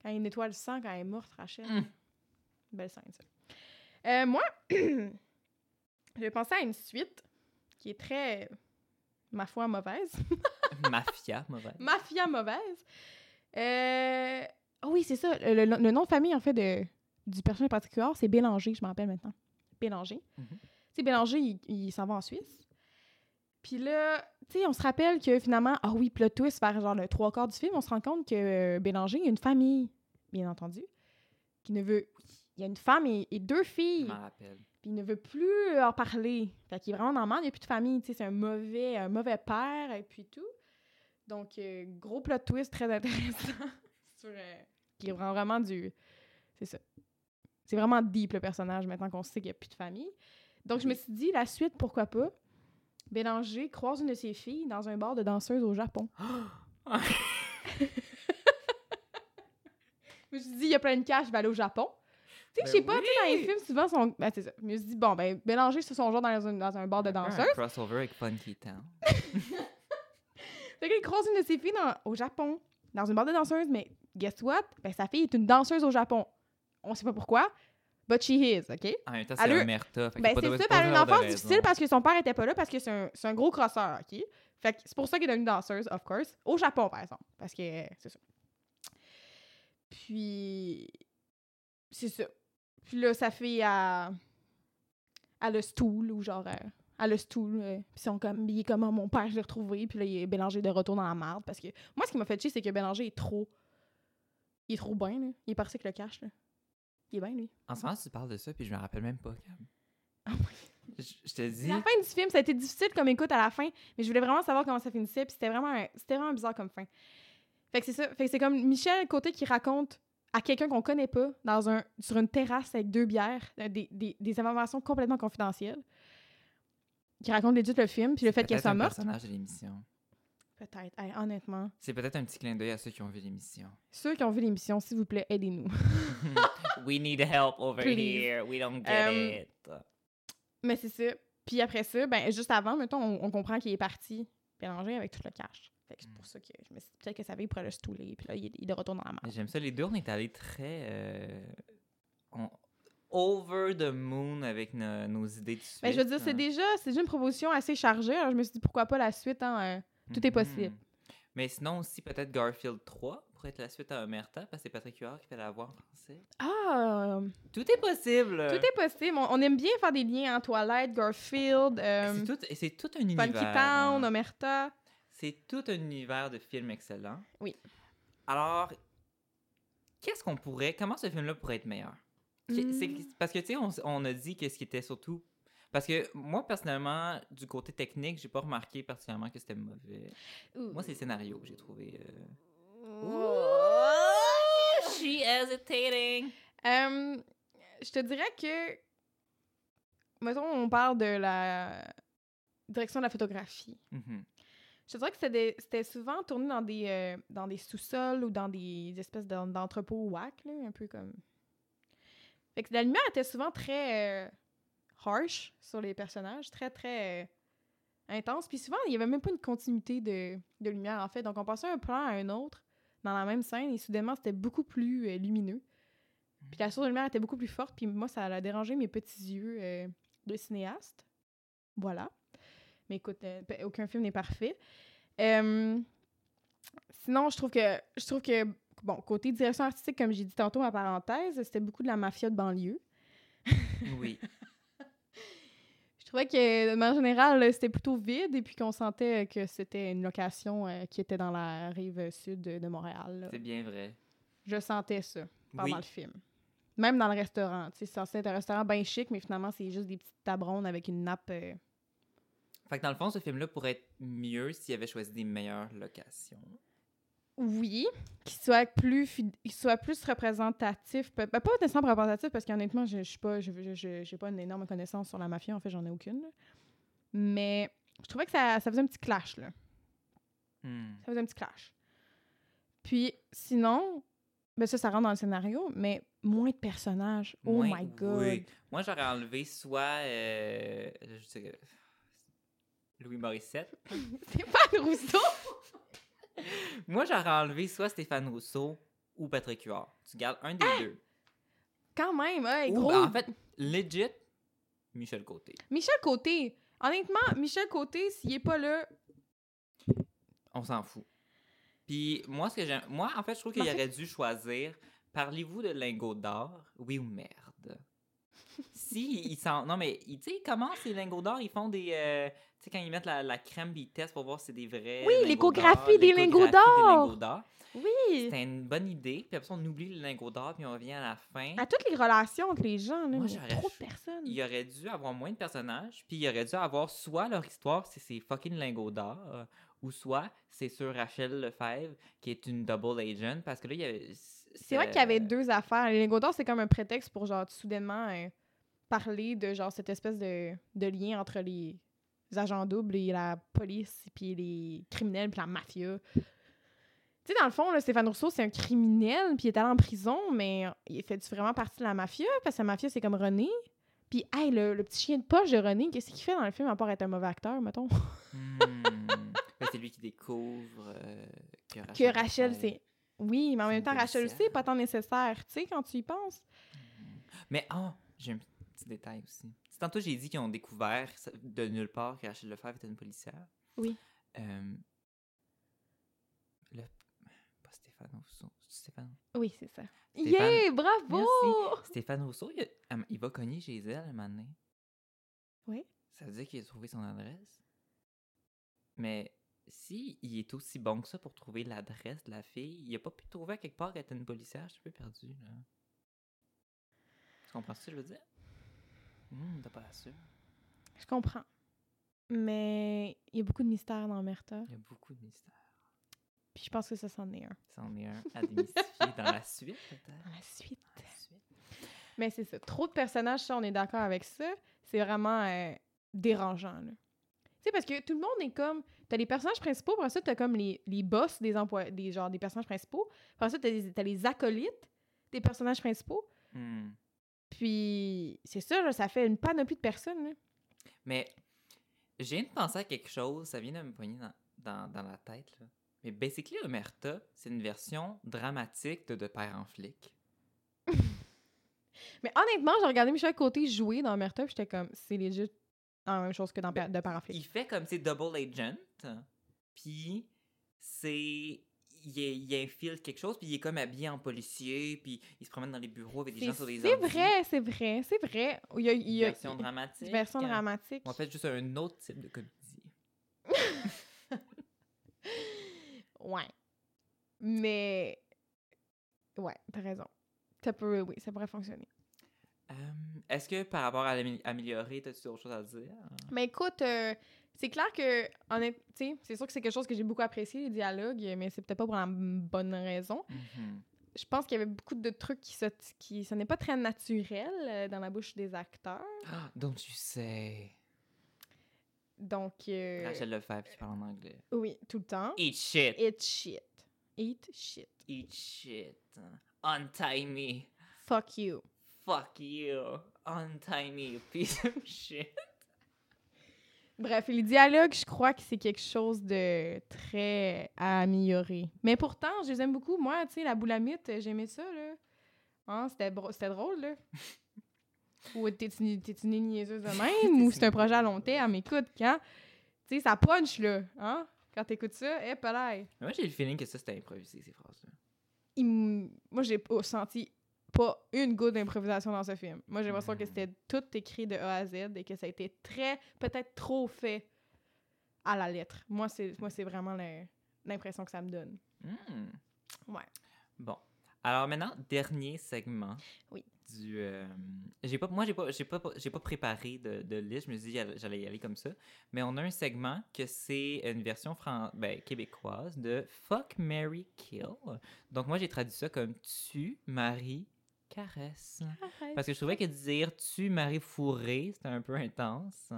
B: quand il nettoie le sang, quand elle est morte, Rachel.
A: Mm.
B: Belle scène, ça. Euh, moi, [clears throat] je pensais à une suite qui est très, ma foi, mauvaise.
A: Mafia, mauvaise.
B: [laughs] Mafia mauvaise. Euh... ah oui, c'est ça. Le, le- le nom de famille, en fait, de, du personnage particulier, c'est Bélanger, je m'en rappelle maintenant. Bélanger.
A: Mhm.
B: Tu sais, Bélanger, il, il s'en va en Suisse. Puis là, tu sais, on se rappelle que finalement, ah oui, plot twist vers genre le trois quarts du film, on se rend compte que euh, Bélanger, il a une famille, bien entendu, qui ne veut... Il y a une femme et, et deux
A: Je
B: filles.
A: m'en rappelle. [gasps]
B: Puis il ne veut plus en parler. Fait qu'il est vraiment dans le il n'y a plus de famille. Tu sais, c'est un mauvais, un mauvais père et puis tout. Donc, euh, gros plot twist très intéressant. [laughs] sur, euh, qui rend vraiment du. C'est ça. C'est vraiment deep le personnage maintenant qu'on sait qu'il n'y a plus de famille. Donc, je me suis dit, la suite, pourquoi pas? Bélanger croise une de ses filles dans un bar de danseuses au Japon. Je me suis dit, il y a plein de cash, je vais aller au Japon. Tu sais,
A: Ben
B: je sais pas,
A: oui.
B: tu sais, dans les films, souvent, sont... ben, c'est ça. Je me suis dit, bon, ben, mélanger ce son genre dans un, dans un bar de
A: Un peu un
B: danseurs.
A: crossover avec Funky Town.
B: Fait qu'il croise une de ses filles dans- au Japon, dans une bande de danseuses, mais guess what? Ben, sa fille est une danseuse au Japon. On sait pas pourquoi, but she is, OK?
A: En même temps,
B: Elle
A: c'est
B: a eu-
A: Omerta. fait qu'il
B: Ben,
A: pas
B: c'est
A: de-
B: ça,
A: pas
B: elle a une
A: vraiment de
B: enfance
A: raison.
B: difficile parce que son père était pas là, parce que c'est un, c'est un gros crosseur, OK? Fait que c'est pour ça qu'il est devenu danseuse, of course, au Japon, par exemple, parce que euh, c'est ça. Puis, c'est ça. Puis là, sa fille, à à le stool, ou genre, elle, elle le stool. euh, puis ils sont comme, il est comme, Ah, mon père, je l'ai retrouvé. Puis là, il est Bélanger de retour dans la merde. Parce que moi, ce qui m'a fait chier, c'est que Bélanger est trop. Il est trop bien, là. Il est parti avec le cash, là. Il est bien, lui.
A: En ce moment, tu parles de ça, puis je me rappelle même pas, Cam.
B: [laughs] Oh my
A: Je je te dis.
B: La fin du film, ça a été difficile comme écoute à la fin, mais je voulais vraiment savoir comment ça finissait, puis c'était vraiment, un- c'était vraiment bizarre comme fin. Fait que c'est ça. Fait que c'est comme Michel Côté qui raconte à quelqu'un qu'on connaît pas dans un, sur une terrasse avec deux bières, euh, des, des, des informations complètement confidentielles, qui raconte legit le film, puis le fait qu'elle
A: peut-être un
B: soit morte.
A: personnage de l'émission.
B: Peut-être, Hey, honnêtement.
A: C'est peut-être un petit clin d'œil à ceux qui ont vu l'émission.
B: Ceux qui ont vu l'émission, s'il vous plaît, aidez-nous. [laughs]
A: We need help over
B: Please.
A: here. We don't
B: get
A: get
B: Um,
A: it.
B: Mais c'est ça. Puis après ça, ben juste avant, mettons, on, on comprend qu'il est parti mélanger avec tout le cash. Fait que
A: Hmm.
B: c'est pour ça que je me suis dit peut-être que sa vie pourrait le stouler. Puis là, il, est- il est de retour dans la merde.
A: J'aime ça. Les deux, on est allés très. euh, on- over the moon avec no- nos idées de suite. hein.
B: Ben, je veux dire, c'est déjà, c'est déjà une proposition assez chargée. Alors je me suis dit pourquoi pas la suite, hein. euh. tout est possible.
A: Mhm. Mais sinon, aussi, peut-être Garfield 3 pourrait être la suite à Omerta, parce que c'est Patrick Huard qui fait la voix en français.
B: Ah, euh,
A: Tout est possible!
B: tout est possible. On, on aime bien faire des liens en Twilight, Garfield, euh,
A: C'est tout, et c'est tout un univers.
B: Funky Town,
A: hein.
B: Omerta.
A: C'est tout un univers de films excellents.
B: Oui.
A: Alors, qu'est-ce qu'on pourrait. Comment ce film-là pourrait être meilleur? Qu- c'est-
B: Hmm.
A: Parce que, tu sais, on, s- on a dit que ce qui était surtout. Parce que moi, personnellement, du côté technique, j'ai pas remarqué particulièrement que c'était mauvais. Moi, c'est le scénario que j'ai trouvé. euh, She hesitating!
B: Euh, je te dirais que. Mettons, on parle de la direction de la photographie.
A: Mhm.
B: Je te dirais que c'était des- c'était souvent tourné dans des, euh, dans des sous-sols ou dans des espèces d'en- d'entrepôts wack, là, un peu comme. Fait que la lumière était souvent très euh, harsh sur les personnages, très, très euh, intense. Puis souvent, il n'y avait même pas une continuité de, de lumière, en fait. Donc, on passait un plan à un autre dans la même scène et soudainement, c'était beaucoup plus euh, lumineux. Puis la source de lumière était beaucoup plus forte. Puis moi, ça a dérangé mes petits yeux euh, de cinéaste. Voilà. Mais écoute, euh, pe- aucun film n'est parfait. Euh, sinon, je trouve que je trouve que bon, côté direction artistique, comme j'ai dit tantôt en parenthèse, c'était beaucoup de la mafia de banlieue. [laughs]
A: Oui.
B: Je trouvais que de manière générale, euh, c'était plutôt vide et puis qu'on sentait euh, que c'était une location euh, qui était dans la rive sud de de Montréal. là.
A: C'est bien vrai.
B: Je sentais ça pendant
A: Oui.
B: le film. Même dans le restaurant, tu sais, c'est censé être un restaurant bien chic, mais finalement, c'est juste des petites tables rondes avec une nappe. euh,
A: Fait que dans le fond, ce film-là pourrait être mieux s'il avait choisi des meilleures locations.
B: Oui, qui soit plus, fid- qui soit plus représentatif. Pe- ben, pas nécessairement représentatif, parce qu'honnêtement, je je suis pas, je, je- je- j'ai pas une énorme connaissance sur la mafia. En fait, j'en ai aucune. là. Mais je trouvais que ça, ça faisait un petit clash, là.
A: Hmm.
B: Ça faisait un petit clash. Puis, sinon, ben ça, ça rentre dans le scénario, mais moins de personnages. Oh
A: Moins-
B: my God!
A: oui. Moi, j'aurais enlevé soit. euh, je sais que- Louis Morissette.
B: [laughs] C'est pas Rousseau!
A: Moi, j'aurais enlevé soit Stéphane Rousseau ou Patrick Huard. Tu gardes un des deux.
B: Quand même, hey,
A: Ou,
B: Ah!
A: ben,
B: gros!
A: en fait, legit, Michel Côté.
B: Michel Côté! Honnêtement, Michel Côté, s'il est pas là,
A: On s'en fout. Puis moi, ce que j'aime. Moi, en fait, je trouve qu'il
B: Parfait.
A: aurait dû choisir. Parlez-vous de lingots d'or, oui ou merde? si ils sont. Non, mais ils- tu sais, comment ces lingots d'or, ils font des. euh, tu sais, quand ils mettent la, la crème, puis ils testent pour voir si c'est des vrais.
B: Oui,
A: lingots
B: l'échographie
A: d'or,
B: des lingots
A: l'échographie des
B: d'or.
A: lingots d'or.
B: oui!
A: C'était une bonne idée. Puis après, ça, on oublie le lingot d'or, puis on revient à la fin.
B: À toutes les relations entre les gens, là,
A: Moi,
B: mais
A: j'aurais
B: trop de
A: ch-
B: personnes.
A: Il aurait dû avoir moins de personnages, puis il aurait dû avoir soit leur histoire, c'est ces fucking lingots d'or, euh, ou soit c'est sur Rachel Lefebvre, qui est une double agent, parce que là, il y avait.
B: C'est vrai qu'il y avait
A: Euh,
B: deux affaires. Les lingots d'or, c'est comme un prétexte pour, genre, soudainement euh, parler de, genre, cette espèce de, de lien entre les agents doubles et la police, puis les criminels, puis la mafia. Tu sais, dans le fond, là, Stéphane Rousseau, c'est un criminel, puis il est allé en prison, mais il fait vraiment partie de la mafia? Parce que la mafia, c'est comme René. Puis, hey, le, le petit chien de poche de René, qu'est-ce qu'il fait dans le film à part être un mauvais acteur, mettons?
A: Hmm. Ben, c'est lui qui découvre euh, que Rachel.
B: Que Rachel,
A: Lefebvre-
B: c'est. Oui, mais en
A: C'est
B: même
A: une
B: temps, Rachel aussi,
A: policière.
B: pas tant nécessaire, tu sais, quand tu y penses.
A: Mais oh, j'ai un petit détail aussi. C'est Tantôt, j'ai dit qu'ils ont découvert ça- de nulle part que Rachel Lefebvre était une policière.
B: Oui.
A: Euh, le... Pas Stéphane Rousseau. Stéphane.
B: Oui, c'est ça. Il
A: Stéphane.
E: Yeah, bravo!
A: Merci. Stéphane Rousseau, il, elle- il va cogner chez elle un moment donné.
B: Oui.
A: Ça veut dire qu'il a trouvé son adresse. Mais si il est aussi bon que ça pour trouver l'adresse de la fille, il a pas pu trouver à quelque part qu'elle était une policière. Je suis un peu perdu, là. Tu comprends ce que je veux dire? Hum, t'as pas sûr.
B: Je comprends. Mais il y a beaucoup de mystères dans Merta.
A: Il y a beaucoup de mystères.
B: Puis je pense que ça, c'en est un.
A: C'en est un à démystifier dans la suite, peut-être.
B: Dans la suite.
A: Dans la suite.
B: Mais c'est ça. Trop de personnages, ça, on est d'accord avec ça. C'est vraiment euh, dérangeant, là. Tu sais, parce que tout le monde est comme... T'as les personnages principaux, après ça, t'as comme les, les boss des emplois... Des, genre, des personnages principaux. Après ça, t'as les, t'as les acolytes des personnages principaux.
A: Hum.
B: Puis c'est ça, là, ça fait une panoplie de personnes, là.
A: Mais j'ai une pensée à quelque chose, ça vient de me poigner dans, dans- dans la tête. Là. Mais basically, Omerta, c'est une version dramatique de De Père en flic.
B: Mais honnêtement, j'ai regardé Michel Côté jouer dans Merta, puis j'étais comme, c'est legit la même chose que dans
A: Ben,
B: Pa- de
A: Il
B: Paraflic.
A: fait comme c'est double agent, puis c'est. Il, est- il infiltre quelque chose, puis il est comme habillé en policier, puis il se promène dans les bureaux avec des
B: C'est
A: gens sur des
B: c'est
A: ordi.
B: vrai, c'est vrai, c'est vrai. Il y a, il y a-
A: version dramatique.
B: version dramatique.
A: En fait, juste un autre type de comédie.
B: Ouais. Mais. Ouais, t'as raison. Ça peut, oui, ça pourrait fonctionner.
A: Euh, Est-ce que par rapport à l'amé- améliorer, t'as-tu d'autres choses à dire?
B: Mais écoute, euh, c'est clair que, honnêtement, c'est sûr que c'est quelque chose que j'ai beaucoup apprécié, les dialogues, mais c'est peut-être pas pour la bonne raison.
A: Mhm.
B: Je pense qu'il y avait beaucoup de trucs qui se, qui, ce n'est pas très naturel euh, dans la bouche des acteurs.
A: Ah, don't you say.
B: Donc, euh,
A: Rachel Lefebvre qui parle en anglais.
B: oui, tout le temps.
A: Eat shit.
B: Eat shit. Eat shit.
A: Eat shit. Untie me.
B: Fuck you.
A: Fuck you. Untie me, piece of [laughs] shit.
B: Bref, les dialogues, je crois que c'est quelque chose de très à améliorer. Mais pourtant, je les aime beaucoup. Moi, tu sais, la boulamite, euh, j'aimais ça, là. Hein, c'était, bro- c'était drôle, [laughs] là. ou t'es-tu une- t'es-tu une niaiseuse [laughs] de même, ou
A: T'es-tu
B: c'est un
A: une
B: projet à
A: niaiseuse.
B: long terme. Écoute, quand... Tu sais, ça punch, là, hein? Quand t'écoutes ça, hé, palais.
A: Moi, j'ai le feeling que ça, c'était improvisé, ces phrases-là.
B: Il m- Moi, j'ai pas senti pas une goutte d'improvisation dans ce film. Moi, j'ai l'impression que
A: Mm.
B: c'était tout écrit de A à Z et que ça a été très, peut-être trop fait à la lettre. Moi, c'est moi, c'est vraiment le- l'impression que ça me donne.
A: Hmm.
B: Mmh. Ouais.
A: Bon. Alors maintenant, dernier segment.
B: Oui.
A: Du, euh, j'ai pas, moi, j'ai pas, j'ai pas, j'ai pas préparé de, de liste. Je me suis dit j'allais- j'allais y aller comme ça. Mais on a un segment que c'est une version fran- ben, québécoise de Fuck, Mary Kill. Donc moi, j'ai traduit ça comme Tu, Marie, caresse. Parce que je trouvais que dire tu Marie fourré, c'était un peu intense.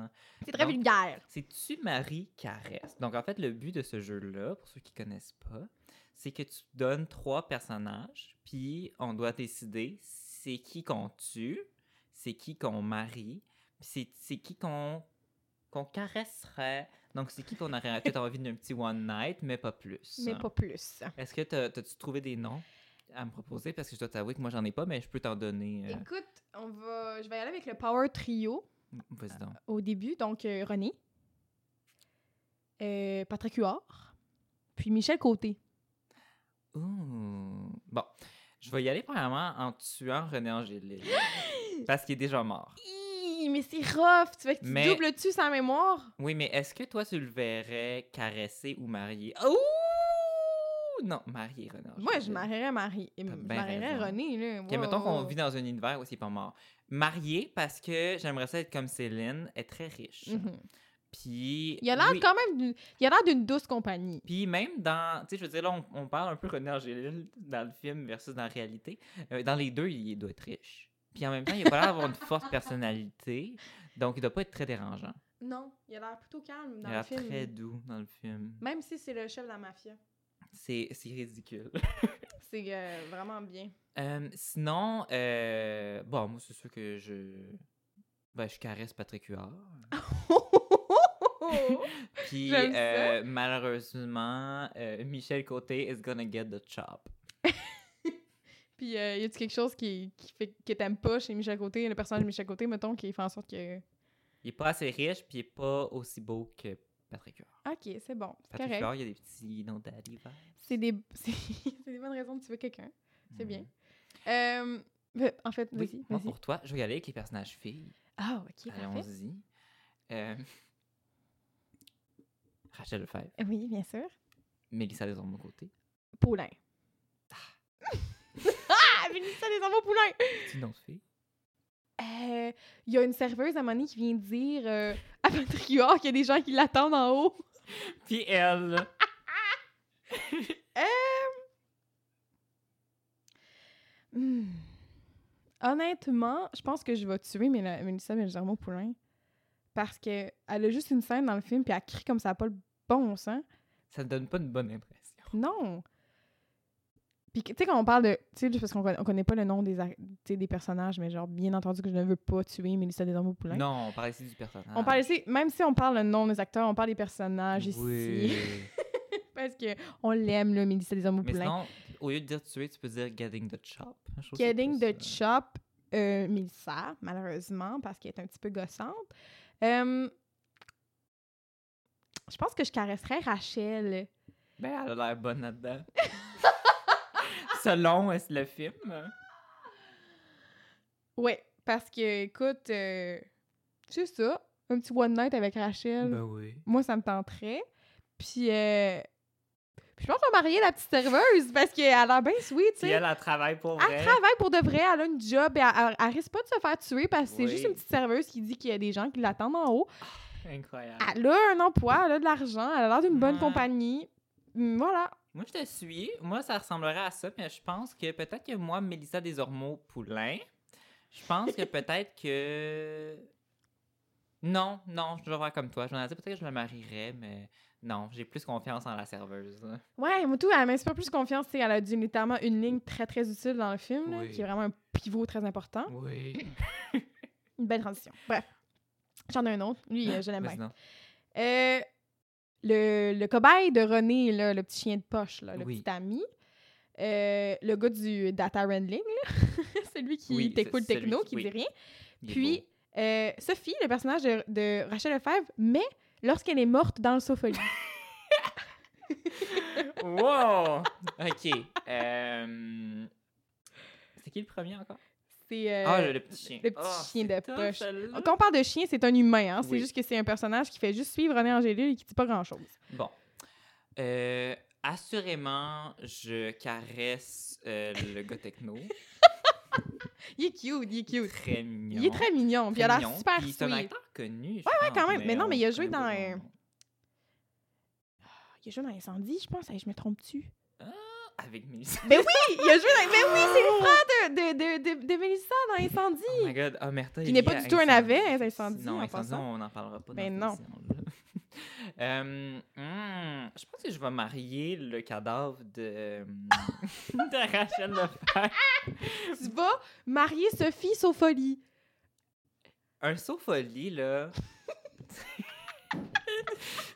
B: C'est très
A: Non.
B: vulgaire.
A: C'est tu Marie caresse. Donc en fait, le but de ce jeu-là, pour ceux qui connaissent pas, c'est que tu donnes trois personnages, puis on doit décider c'est qui qu'on tue, c'est qui qu'on marie, puis c'est- c'est qui qu'on qu'on caresserait. Donc c'est qui qu'on aurait peut-être envie d'un petit one night, mais pas plus. hein.
B: Mais pas plus.
A: Est-ce que t'as- t'as-tu trouvé des noms à me proposer? Parce que je dois t'avouer que moi j'en ai pas, mais je peux t'en donner. euh,
B: Écoute, on va... je vais y aller avec le Power Trio
A: Vas-y donc.
B: au début. Donc, euh, René, euh, Patrick Huard, puis Michel Côté.
A: Ouh. Bon, je vais y aller premièrement en tuant René
B: [gasps]
A: Angélil. parce qu'il est déjà mort.
B: Hi, mais c'est rough! Tu veux que tu
A: Mais-
B: doubles-tu sans mémoire?
A: Oui, mais est-ce que toi, tu le verrais caresser ou marier? Ouh! Non, marier René Angélil.
B: Moi, je marierais Marie. Je
A: bien
B: marierais
A: raison.
B: René, là.
A: Ok, mettons qu'on vit dans un univers où c'est pas mort. Marier parce que j'aimerais ça être comme Céline, être très riche.
B: Mhm.
A: Puis.
B: Il a l'air
A: oui.
B: quand même... d'une- Il a l'air d'une douce compagnie.
A: Puis même dans, tu sais, je veux dire, là, on, on parle un peu René Angélil dans le film versus dans la réalité. Euh, dans les deux, il doit être riche. Puis en même temps, il a pas l'air d'avoir une forte personnalité, donc il doit pas être très dérangeant.
B: Non, il a l'air plutôt calme
A: il a l'air très doux dans le film.
B: Même si c'est le chef de la mafia.
A: C'est c'est ridicule. [laughs]
B: C'est euh, vraiment [laughs] bien.
A: Euh, sinon, euh, bon, moi, c'est sûr que je... Ben, je caresse Patrick Huard. Puis,
B: J'aime ça.
A: euh, malheureusement, euh, Michel Côté is gonna get the chop.
B: Puis, euh, y a-tu quelque chose qui, qui fait que t'aimes pas chez Michel Côté, le personnage de Michel Côté, mettons, qui fait en sorte que...
A: Il est pas assez riche, puis il est pas aussi beau que Patrick Huard.
B: OK, c'est bon, c'est
A: Patrick
B: correct.
A: Huard, il y a des petits noms d'alibi.
B: [laughs] C'est des... c'est- c'est des bonnes raisons de tuer quelqu'un. C'est bien. Euh, ben, en fait,
A: Mhm. Hmm. Oui,
B: vas-y,
A: moi,
B: vas-y.
A: pour toi, je vais y aller avec les personnages filles.
B: Ah, ok, parfait.
A: Allons-y. Euh, Rachel Lefebvre,
B: Oui, bien sûr.
A: Mélissa des mon côté.
B: Poulain. [laughs] Ah, Vanessa des enfants Poulain!
A: C'est une autre fille.
B: Euh, Il y a une serveuse à un moment donné qui vient dire euh, à Patrick Huard qu'il y a des gens qui l'attendent en haut.
A: Puis elle.
B: Euh, Hmm. Honnêtement, je pense que je vais tuer Méla- Mélissa Benjamin Poulain parce que elle a juste une scène dans le film puis elle crie comme ça n'a pas le bon sens.
A: Ça ne donne pas une bonne impression.
B: Non! Puis, que- tu sais, quand on parle de. Tu sais, parce qu'on conna- on connaît pas le nom des, ar- tu sais, des personnages, mais genre, bien entendu que je ne veux pas tuer Mélissa Benjamin Poulain.
A: Non, on parle ici du personnage.
B: On parle ici, même si on parle le nom des acteurs, on parle des personnages [laughs] ici.
A: Oui.
B: Parce que on l'aime, là, Mélissa des hommes au
A: Mais
B: poulain.
A: sinon, au lieu de dire tuer, tu peux dire getting the chop. Je trouve ça
B: Getting
A: plus,
B: the
A: euh,
B: Chop, euh, Mélissa, malheureusement, parce qu'elle est un petit peu gossante. Euh, je pense que je caresserais Rachel.
A: Ben, elle a l'air bonne là-dedans. [laughs] Selon euh, le film.
B: Ouais, parce que, écoute, euh, c'est ça, un petit one night avec Rachel.
A: Ben oui.
B: Moi, ça me tenterait. Puis, euh, puis je pense qu'on va marier la petite serveuse parce qu'elle a l'air bien sweet, tu
A: Si
B: sais.
A: elle, elle travaille pour
B: Elle
A: vrai.
B: travaille pour de vrai, elle a une job et elle, elle- elle risque pas de se faire tuer parce que
A: Oui.
B: c'est juste une petite serveuse qui dit qu'il y a des gens qui l'attendent en haut.
A: Incroyable.
B: Elle a un emploi, elle a de l'argent, elle a l'air d'une bonne
A: Ouais.
B: compagnie. Mm, Voilà.
A: Moi, je te suis. Moi, ça ressemblerait à ça, mais je pense que peut-être que moi, Mélissa Desormeaux-Poulain, je pense que peut-être que. Non, non, je vais faire comme toi. Je me disais peut-être que je me marierais, mais non, j'ai plus confiance en la serveuse. là.
B: Ouais, Moutou, elle m'inspire plus confiance. tu sais, Elle a dû notamment une ligne très, très utile dans le film, là,
A: Oui.
B: qui est vraiment un pivot très important.
A: Oui.
B: Une belle transition. Bref. J'en ai un autre. Lui, euh, je l'aime
A: Vas-y
B: bien.
A: donc.
B: Euh, le, le cobaye de René, là, le petit chien de poche, là, le
A: Oui.
B: petit ami. Euh, le gars du data handling, là. [laughs] celui qui
A: Oui,
B: t'écoute
A: c'est-
B: le techno,
A: celui qui-
B: qui dit
A: oui.
B: rien.
A: Il est
B: Puis,
A: beau.
B: euh, Sophie, le personnage de, de Rachel Lefebvre, mais lorsqu'elle est morte dans le sofa
A: [laughs] wow! OK. Euh... C'est qui le premier encore?
B: C'est. euh,
A: Ah, le petit chien.
B: le petit
A: Ah,
B: chien de
A: c'est tough,
B: poche.
A: celle-là.
B: Quand on parle de chien, c'est un humain. hein. C'est
A: Oui.
B: juste que c'est un personnage qui fait juste suivre René Angélil et qui dit pas grand-chose.
A: Bon. Euh, assurément, je caresse euh, le gars
B: [laughs]
A: techno.
B: Il est cute, il est cute.
A: Très mignon.
B: Il est très mignon, puis il a l'air
A: mignon,
B: super
A: puis C'est un
B: sweet.
A: acteur connu. Ouais,
B: quand même. Mais non, mais il a joué dans, euh, Il a joué dans l'incendie, je pense. Hey, je me trompe-tu?
A: [laughs] Avec
B: [laughs]
A: Mélissa.
B: Il a joué dans... Mais oui, c'est le frère de, de, de, de, de Mélissa dans l'incendie!
A: [laughs] Oh my god, Omerta.
B: Qui
A: est
B: n'est pas
A: lié
B: du
A: à
B: tout un
A: Incendie.
B: navet, hein, Incendie,
A: Non,
B: en
A: Incendie,
B: passant.
A: on n'en parlera pas
B: Ben
A: dans
B: non.
A: cette émission-là. [laughs] Euh, hmm, je pense que je vais marier le cadavre de, [laughs] de Rachel Lefebvre.
B: Tu vas marier Sophie Sopholie.
A: Un sofa-lit, là. [laughs]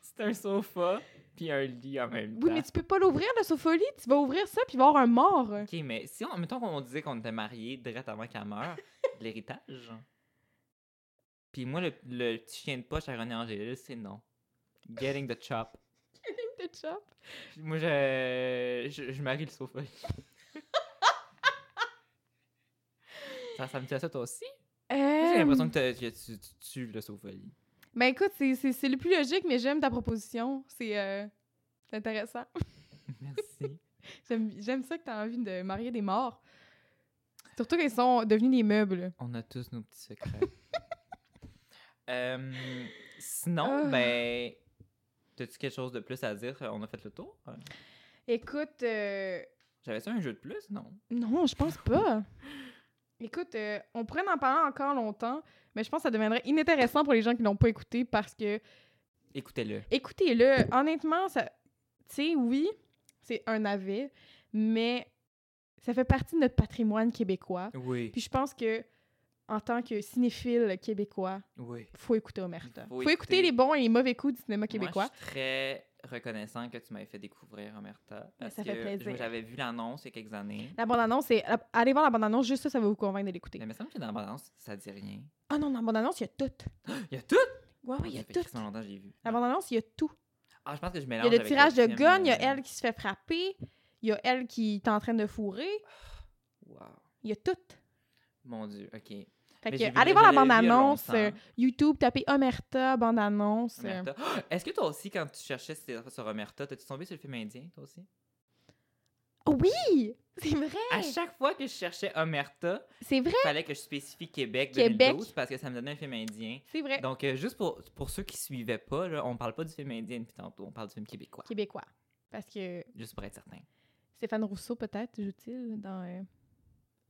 A: C'est un sofa, puis un lit en même temps.
B: Oui, mais tu peux pas l'ouvrir, le Sopholie. Tu vas ouvrir ça, puis il va y avoir un mort.
A: Ok, mais si, on, mettons qu'on disait qu'on était mariés direct avant qu'elle
B: [laughs]
A: meure, de l'héritage. Puis moi, le, le petit chien de poche à René Angélil, c'est non. Getting the chop. Moi, je, je, je marie le sofa. ça, ça me tient ça, toi aussi?
B: Euh.
A: Moi, J'ai l'impression que, t'as- que tu, tu tues le sofa.
B: Ben écoute, c'est- c'est c'est le plus logique, mais j'aime ta proposition. C'est euh, c'est intéressant. [laughs]
A: Merci.
B: J'aime j'aime ça que t'as envie de marier des morts. Surtout qu'ils sont devenus des meubles.
A: On a tous nos petits
B: [laughs]
A: secrets. Euh, sinon,
B: Ah.
A: ben. T'as-tu quelque chose de plus à dire? On a fait le tour?
B: Écoute, euh,
A: J'avais ça un jeu de plus? Non.
B: non, je pense pas. [laughs] Écoute, euh, on pourrait en parler encore longtemps, mais je pense que ça deviendrait inintéressant pour les gens qui l'ont pas écouté parce que
A: Écoutez-le.
B: Écoutez-le, honnêtement, ça... tu sais, oui, c'est un navet, mais ça fait partie de notre patrimoine québécois.
A: Oui.
B: Puis je pense que, en tant que cinéphile québécois,
A: Oui.
B: faut écouter Omerta.
A: Faut
B: Faut, écouter...
A: écouter.
B: les bons et les mauvais coups du cinéma québécois.
A: Moi, je suis très reconnaissant que tu m'avais fait découvrir Omerta. Parce
B: Ben, ça fait
A: que
B: plaisir.
A: moi, J'avais vu l'annonce il y a quelques années.
B: La bande-annonce, c'est... la- allez voir la bande-annonce, juste ça, ça va vous convaincre de l'écouter.
A: Mais il me semble que dans l'annonce, ça dit rien.
B: Ah non, dans la bande-annonce, il y a tout.
A: Il y a tout!
B: Ouais, ouais, il y a
A: Ça fait
B: tout.
A: crissement longtemps que j'ai vu.
B: La bande-annonce, il y a tout.
A: Ah, je pense que je
B: Il
A: mélange
B: y a le
A: avec
B: tirage de
A: film,
B: gun, il y a
A: euh,
B: elle qui se fait frapper, il y a elle qui est en train de fourrer.
A: Wow.
B: Il y a tout.
A: Mon Dieu, OK.
B: Fait
A: Mais
B: que,
A: j'ai vu-
B: allez voir la
A: je l'avais vu il y a
B: bande-annonce.
A: longtemps.
B: euh, YouTube, tapez Omerta, bande-annonce. euh.
A: Omerta. [gasps] Est-ce que toi aussi, quand tu cherchais ces affaires sur Omerta, t'es-tu tombé sur le film indien, toi aussi?
B: Oh oui! C'est vrai!
A: À chaque fois que Ah, je cherchais Omerta,
B: C'est vrai!
A: il fallait que je spécifie Québec,
B: Québec.
A: 2012 parce que ça me donnait un film indien.
B: C'est vrai!
A: Donc, euh, juste pour, pour ceux qui suivaient pas, là, on parle pas du film indien depuis tantôt, on parle du film québécois.
B: Québécois. Parce que
A: Juste pour être certain.
B: Stéphane Rousseau, peut-être, joue-t-il dans. euh,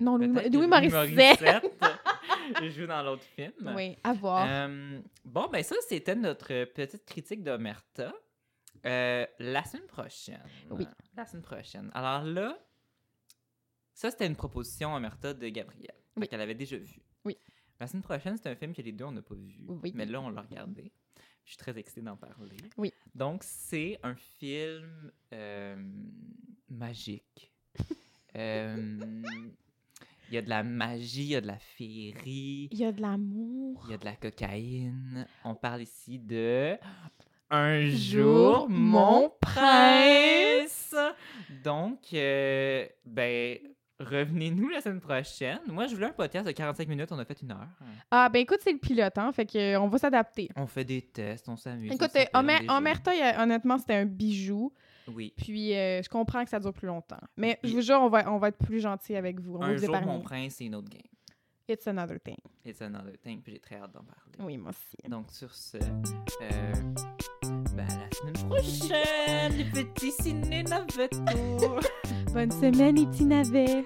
B: Non, Louis,
A: Peut-être que Louis
B: Louis Morissette.
A: Morissette
B: [laughs]
A: euh, joue dans l'autre film.
B: Oui, à voir.
A: Euh, bon, ben ça, c'était notre petite critique d'Omerta. Euh, la semaine prochaine.
B: Oui.
A: La semaine prochaine. Alors là, ça, c'était une proposition Omerta de Gabrielle.
B: Oui.
A: Qu'elle avait déjà vue.
B: Oui.
A: La semaine prochaine, c'est un film que les deux, on n'a pas vu.
B: Oui.
A: Mais là, on l'a regardé. Je suis très excitée d'en parler.
B: Oui.
A: Donc, c'est un film euh, magique. Euh, [laughs] Il y a de la magie, il y a de la féerie.
B: Il y a de l'amour.
A: Il y a de la cocaïne. On parle ici de Un
B: Jour,
A: jour, mon
B: mon
A: prince. Donc, euh, ben, revenez-nous la semaine prochaine. Moi, je voulais un podcast de 45 minutes. On a fait une heure.
B: Ah, ben écoute, c'est le pilote, hein, fait que, euh, on va s'adapter.
A: On fait des tests, on s'amuse. on
B: Écoute, euh,
A: s'appelle, on
B: Omer-
A: déjeune.
B: Omerta, il y a- honnêtement, c'était un bijou.
A: Oui.
B: Puis euh, je comprends que ça dure plus longtemps. Mais je
A: Il-
B: vous jure, on va, on va être plus gentil avec vous. On va
A: Un
B: vous
A: jour,
B: épargner.
A: mon prince, c'est une autre game.
B: It's another thing.
A: Et ça, dans le thing, puis j'ai très hâte d'en parler.
B: Oui, moi aussi.
A: Donc, sur ce, euh, ben, à la semaine prochaine, les petits ciné-navetos.
B: Bonne semaine, les petits navets.